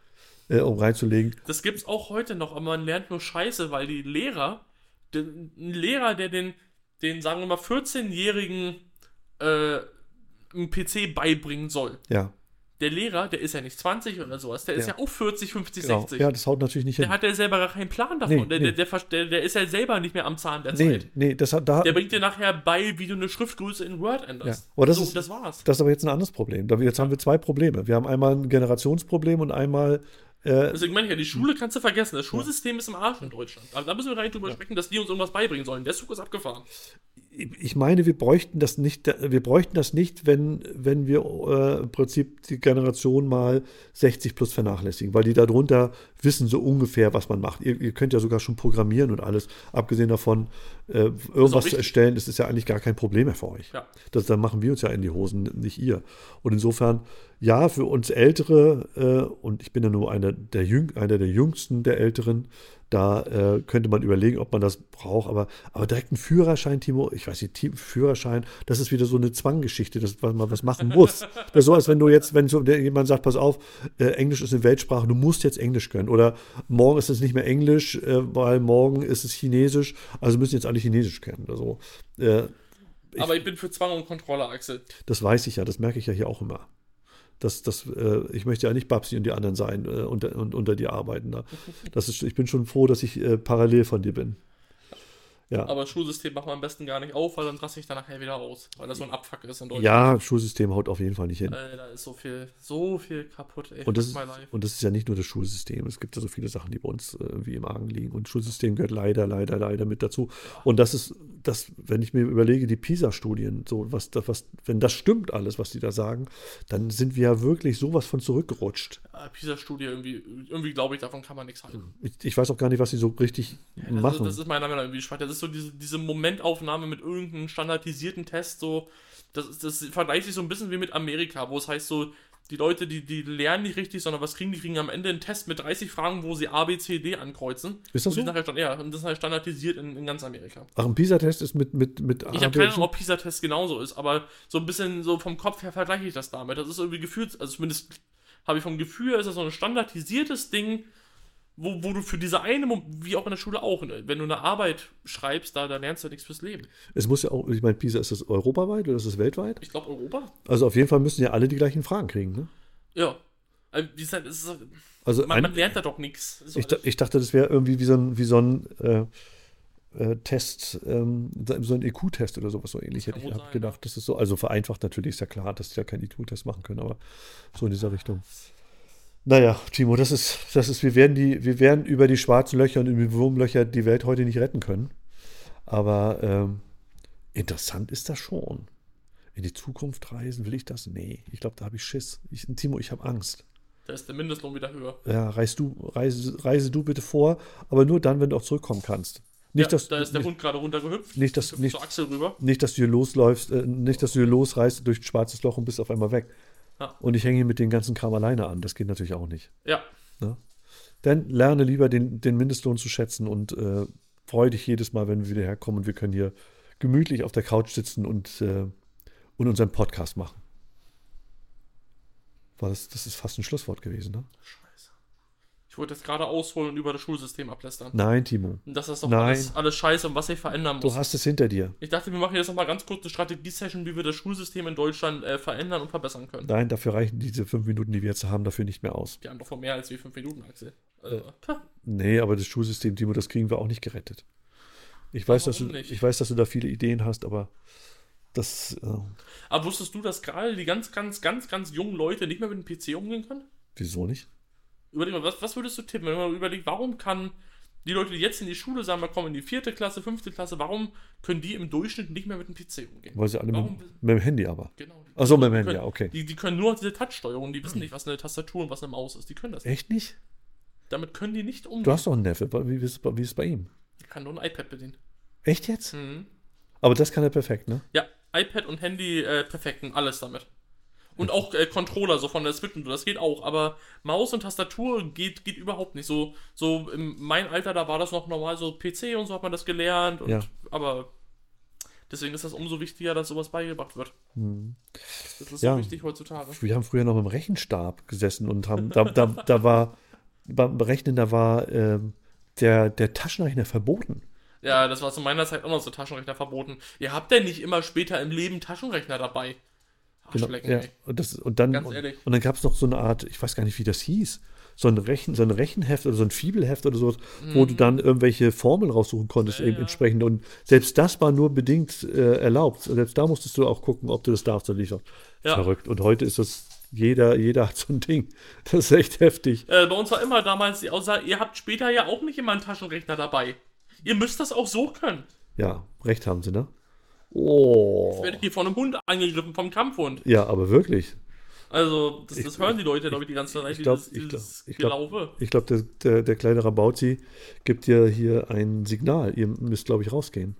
äh, um reinzulegen. Das gibt's auch heute noch, aber man lernt nur Scheiße, weil die Lehrer, den, ein Lehrer, der den, den sagen wir mal 14-jährigen äh, einen PC beibringen soll. Ja, Der Lehrer, der ist ja nicht 20 oder sowas, der ist Ja. ja auch 40, 50, genau. 60. Ja, das haut natürlich nicht Der hin. hat ja selber gar keinen Plan davon. Nee, der, nee. Der, der, ver- der, der ist ja selber nicht mehr am Zahn der Nee, Zeit. nee, das hat da. Der bringt dir nachher bei, wie du eine Schriftgröße in Word änderst. Ja. Aber das so, ist- das war's. Das ist aber jetzt ein anderes Problem. Da wir- Jetzt haben wir zwei Probleme. Wir haben einmal ein Generationsproblem und einmal äh, Deswegen meine ich ja, die Schule kannst du vergessen. Das Schulsystem ist im Arsch in Deutschland. Aber da müssen wir gar nicht drüber sprechen, dass die uns irgendwas beibringen sollen. Der Zug ist abgefahren. ich meine, wir bräuchten das nicht, wir bräuchten das nicht, wenn, wenn wir äh, im Prinzip die Generation mal 60 plus vernachlässigen, weil die darunter wissen so ungefähr, was man macht. Ihr, ihr könnt ja sogar schon programmieren und alles, abgesehen davon, äh, irgendwas zu wichtig. erstellen, das ist ja eigentlich gar kein Problem mehr für euch. Ja. Das, dann machen wir uns ja in die Hosen, nicht ihr. Und insofern, ja, für uns Ältere, äh, und ich bin ja nur einer der, Jüng, einer der Jüngsten der Älteren, da äh, könnte man überlegen, ob man das braucht. Aber, aber direkt ein Führerschein, Timo, ich weiß nicht, Team, Führerschein, das ist wieder so eine Zwanggeschichte, dass man mal was machen muss. Das ist so, als wenn du jetzt, wenn so der- jemand sagt, pass auf, äh, Englisch ist eine Weltsprache, du musst jetzt Englisch können. Oder morgen ist es nicht mehr Englisch, äh, weil morgen ist es Chinesisch, also müssen jetzt alle Chinesisch kennen oder so. Äh, Aber ich bin für Zwang und Kontrolle, Axel. das weiß ich ja, das merke ich ja hier auch immer. Das, das, äh, ich möchte ja nicht Babsi und die anderen sein äh, und, und unter dir arbeiten. Da. Das ist, ich bin schon froh, dass ich äh, parallel von dir bin. Ja, Aber das Schulsystem machen wir am besten gar nicht auf, weil dann raste ich da nachher wieder aus. Weil das so ein Abfuck ist in Deutschland. ja Schulsystem haut auf jeden Fall nicht hin. Äh, da ist so viel, so viel kaputt, ey. Und das, ist, Fuck my life. und das ist ja nicht nur das Schulsystem. Es gibt ja so viele Sachen, die bei uns äh, wie im Argen liegen. Und Schulsystem gehört leider, leider, leider mit dazu. Und das ist, das, wenn ich mir überlege, die PISA-Studien, so was, das, was, wenn das stimmt alles, was die da sagen, dann sind wir ja wirklich sowas von zurückgerutscht. Äh, PISA-Studie, irgendwie, irgendwie glaube ich, davon kann man nichts halten. Ich, ich weiß auch gar nicht, was sie so richtig Das, machen. Ist, Also das ist meiner Meinung nach irgendwie schwach. Das ist so diese, diese Momentaufnahme mit irgendeinem standardisierten Test, so. Das, ist- das vergleicht sich so ein bisschen wie mit Amerika, wo es heißt so, die Leute, die, die lernen nicht richtig, sondern was kriegen, die kriegen am Ende einen Test mit 30 Fragen, wo sie A, B, C, D ankreuzen. Ist das so? Und die sind nachher stand, ja, und das ist halt standardisiert in, in ganz Amerika. Ach, ein PISA-Test ist mit. mit, mit Ich habe keine Ahnung, ob PISA-Test genauso ist, aber so ein bisschen so vom Kopf her vergleiche ich das damit. Das ist irgendwie gefühlt, also zumindest habe ich vom Gefühl, her, ist das so ein standardisiertes Ding, wo, wo du für diese eine, Mom- wie auch in der Schule auch, ne, wenn du eine Arbeit schreibst, da, da lernst du nichts fürs Leben. Es muss ja auch, ich meine, PISA ist das europaweit oder ist das weltweit? Ich glaube, Europa? Also auf jeden Fall müssen ja alle die gleichen Fragen kriegen. Ne? Ja. Also, Wie gesagt, es ist, Also man, ein- man lernt da doch nichts. So, ich, da- ich dachte, das wäre irgendwie wie so ein, wie so ein äh, äh, Test, ähm, so ein EQ-Test oder sowas so ähnlich Das hätte ich kann wohl sein, gedacht. Das ist so, also vereinfacht natürlich ist ja klar, dass die da keinen EQ-Test machen können, aber so in dieser Richtung. Naja, Timo, das ist, das ist, wir werden die, wir werden über die schwarzen Löcher und über die Wurmlöcher die Welt heute nicht retten können. Aber ähm, interessant ist das schon. In die Zukunft reisen will ich das? Nee, ich glaube, da habe ich Schiss. Ich, Timo, ich habe Angst da ist der Mindestlohn wieder höher. ja, reise du, reise, reise du bitte vor, aber nur dann, wenn du auch zurückkommen kannst. Nicht, ja, dass, da ist der nicht, Hund gerade runtergehüpft. nicht, dass, Hüpft nicht, zu Axel rüber. nicht, dass du hier losläufst, äh, nicht, dass du hier losreist durch ein schwarzes Loch und bist auf einmal weg. Ja. Und ich hänge hier mit dem ganzen Kram alleine an. Das geht natürlich auch nicht. Ja. Ne? Dann lerne lieber den, den Mindestlohn zu schätzen und äh, freue dich jedes Mal, wenn wir wieder herkommen und wir können hier gemütlich auf der Couch sitzen und, äh, und unseren Podcast machen. War das, das ist fast ein Schlusswort gewesen, ne? Scheiße. Ich wollte jetzt gerade ausholen und über das Schulsystem ablästern. Nein, Timo. Und das ist doch Nein. alles, alles scheiße und was ich verändern Du muss. hast es hinter dir. Ich dachte, wir machen jetzt nochmal ganz kurz eine Strategie-Session, wie wir das Schulsystem in Deutschland äh, verändern und verbessern können. Nein, dafür reichen diese fünf Minuten, die wir jetzt haben, dafür nicht mehr aus. Wir haben doch vor mehr als wie fünf Minuten, Axel. Äh, pah. Nee, aber das Schulsystem, Timo, das kriegen wir auch nicht gerettet. Ich weiß, dass du, Warum nicht? ich weiß, dass du da viele Ideen hast, aber das, äh, Aber wusstest du, dass gerade die ganz, ganz, ganz, ganz jungen Leute nicht mehr mit dem PC umgehen können? wieso nicht? Überleg mal, was, was würdest du tippen, wenn man überlegt, warum kann die Leute, die jetzt in die Schule sagen, wir kommen in die vierte Klasse, fünfte Klasse, warum können die im Durchschnitt nicht mehr mit dem PC umgehen? Weil sie alle Warum? mit, mit dem Handy aber. Genau. Die, Ach so, mit dem die Handy, können, ja, okay. Die, die können nur diese Touch-Steuerung, die wissen nicht, was eine Tastatur und was eine Maus ist. Die können das nicht. Echt nicht? Damit können die nicht umgehen. Du hast doch einen Neffe. Wie wie ist es bei- wie ist es bei ihm? Ich kann nur ein iPad bedienen. Echt jetzt? Mhm. Aber das kann er perfekt, ne? Ja, iPad und Handy äh, perfekt und alles damit. Mhm. Und auch äh, Controller, so von der Switch und so, das geht auch, aber Maus und Tastatur geht, geht überhaupt nicht. So, so in meinem Alter, da war das noch normal, so PC und so hat man das gelernt. Und, Ja. Aber Deswegen ist das umso wichtiger, dass sowas beigebracht wird. Hm. Das ist Ja. so wichtig heutzutage. Wir haben früher noch im Rechenstab gesessen und haben, da, da, da war, beim Berechnen, da war ähm, der, der Taschenrechner verboten. Ja, das war zu meiner Zeit auch noch so Taschenrechner verboten. Ihr habt denn nicht immer später im Leben Taschenrechner dabei? Ach, Genau, Schlecken, ja. ey. und, das, und dann, Ganz und, ehrlich. und dann gab es noch so eine Art, ich weiß gar nicht, wie das hieß, so ein, Rechen, so ein Rechenheft oder so ein Fibelheft oder sowas, wo du dann irgendwelche Formeln raussuchen konntest Mhm. Ja, eben ja. entsprechend. Und selbst das war nur bedingt äh, erlaubt. Selbst da musstest du auch gucken, ob du das darfst oder nicht. Ja. Verrückt. Und heute ist das, jeder, jeder hat so ein Ding. Das ist echt heftig. Äh, bei uns war immer damals die Aussage, ihr habt später ja auch nicht immer einen Taschenrechner dabei. Ihr müsst das auch so können. Ja, recht haben sie, ne? Oh. Werdet ihr von einem Hund angegriffen, vom Kampfhund. Ja, aber wirklich. Also, das, Ich- das hören die Leute, glaube ich, die ganze Zeit. ich glaub- ich glaub- ich glaub- Gelaufe. Ich glaube, der, der, der kleine Rabauzi gibt dir hier ein Signal. Ihr müsst, glaube ich, rausgehen.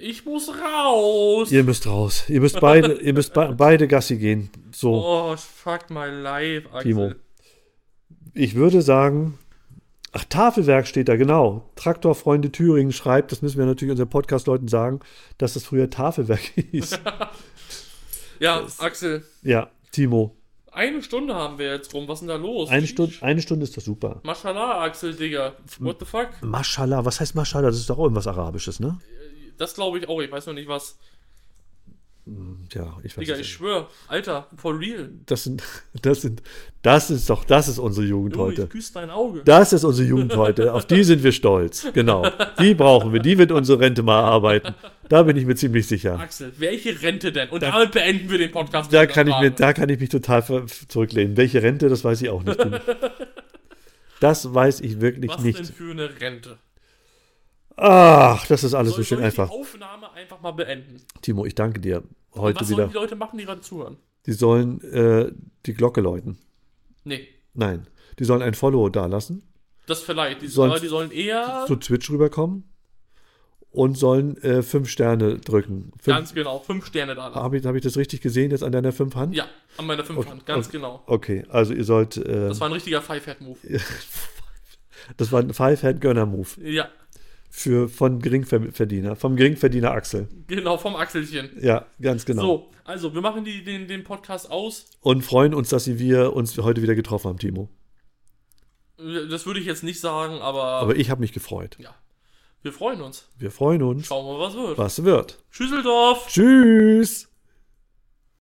Ich muss raus. Ihr müsst raus. Ihr müsst beide, ihr müsst be beide Gassi gehen. So, Oh, fuck my life, Axel. Timo. ich würde sagen, ach, Tafelwerk steht da, genau. Traktorfreunde Thüringen schreibt, das müssen wir natürlich unseren Podcast-Leuten sagen, dass das früher Tafelwerk [laughs] hieß. Ja, Axel. ja, Timo, Eine Stunde haben wir jetzt rum. Was ist denn da los? eine Stunde, eine Stunde ist doch super. Maschallah, Axel, Digga. What the fuck? Mashallah, was heißt Mashallah? Das ist doch auch irgendwas Arabisches, ne? Das glaube ich auch. Ich weiß noch nicht was. Ja, ich weiß Digga, ich nicht. schwöre. Alter, for real. Das sind, [laughs] das sind, das ist doch, das ist unsere Jugend Du, heute. ich küsse dein Auge. Das ist unsere Jugend [laughs] heute. Auf die sind wir stolz. Genau. Die brauchen wir. Die wird unsere Rente mal arbeiten. Da bin ich mir ziemlich sicher. Axel, welche Rente denn? Und damit beenden wir den Podcast. Da mit dieser kann ich, mir, Frage. da kann ich mich total ver- zurücklehnen. Welche Rente, das weiß ich auch nicht. [laughs] Das weiß ich wirklich Was denn nicht. für eine Rente? Ach, das ist alles so Soll- schön soll ich einfach. die Aufnahme einfach mal beenden? Timo, ich danke dir Und heute was sollen wieder. die Leute machen, die gerade zuhören? Die sollen äh, die Glocke läuten. Nee, Nein, die sollen ein Follow dalassen. das vielleicht. Die, Sonst- aber die sollen eher... zu Twitch rüberkommen und sollen äh, fünf Sterne drücken. Fünf, ganz genau, fünf Sterne da lassen. habe ich, hab ich das richtig gesehen jetzt an deiner fünf Hand? Ja, an meiner fünf Hand, ganz genau. Okay, also ihr sollt. Äh, Das war ein richtiger Five-Hat-Move. [laughs] das war ein Five-Hand-Gönner-Move Ja, für von Geringverdiener, vom Geringverdiener Axel. genau, vom Achselchen. Ja, ganz genau. So, also, wir machen die, den, den Podcast aus. Und freuen uns, dass wir uns heute wieder getroffen haben, Timo. Das würde ich jetzt nicht sagen, aber, Aber ich habe mich gefreut. ja. Wir freuen uns. Wir freuen uns. Schauen wir mal, was wird. Was wird? Schüsseldorf! Tschüss!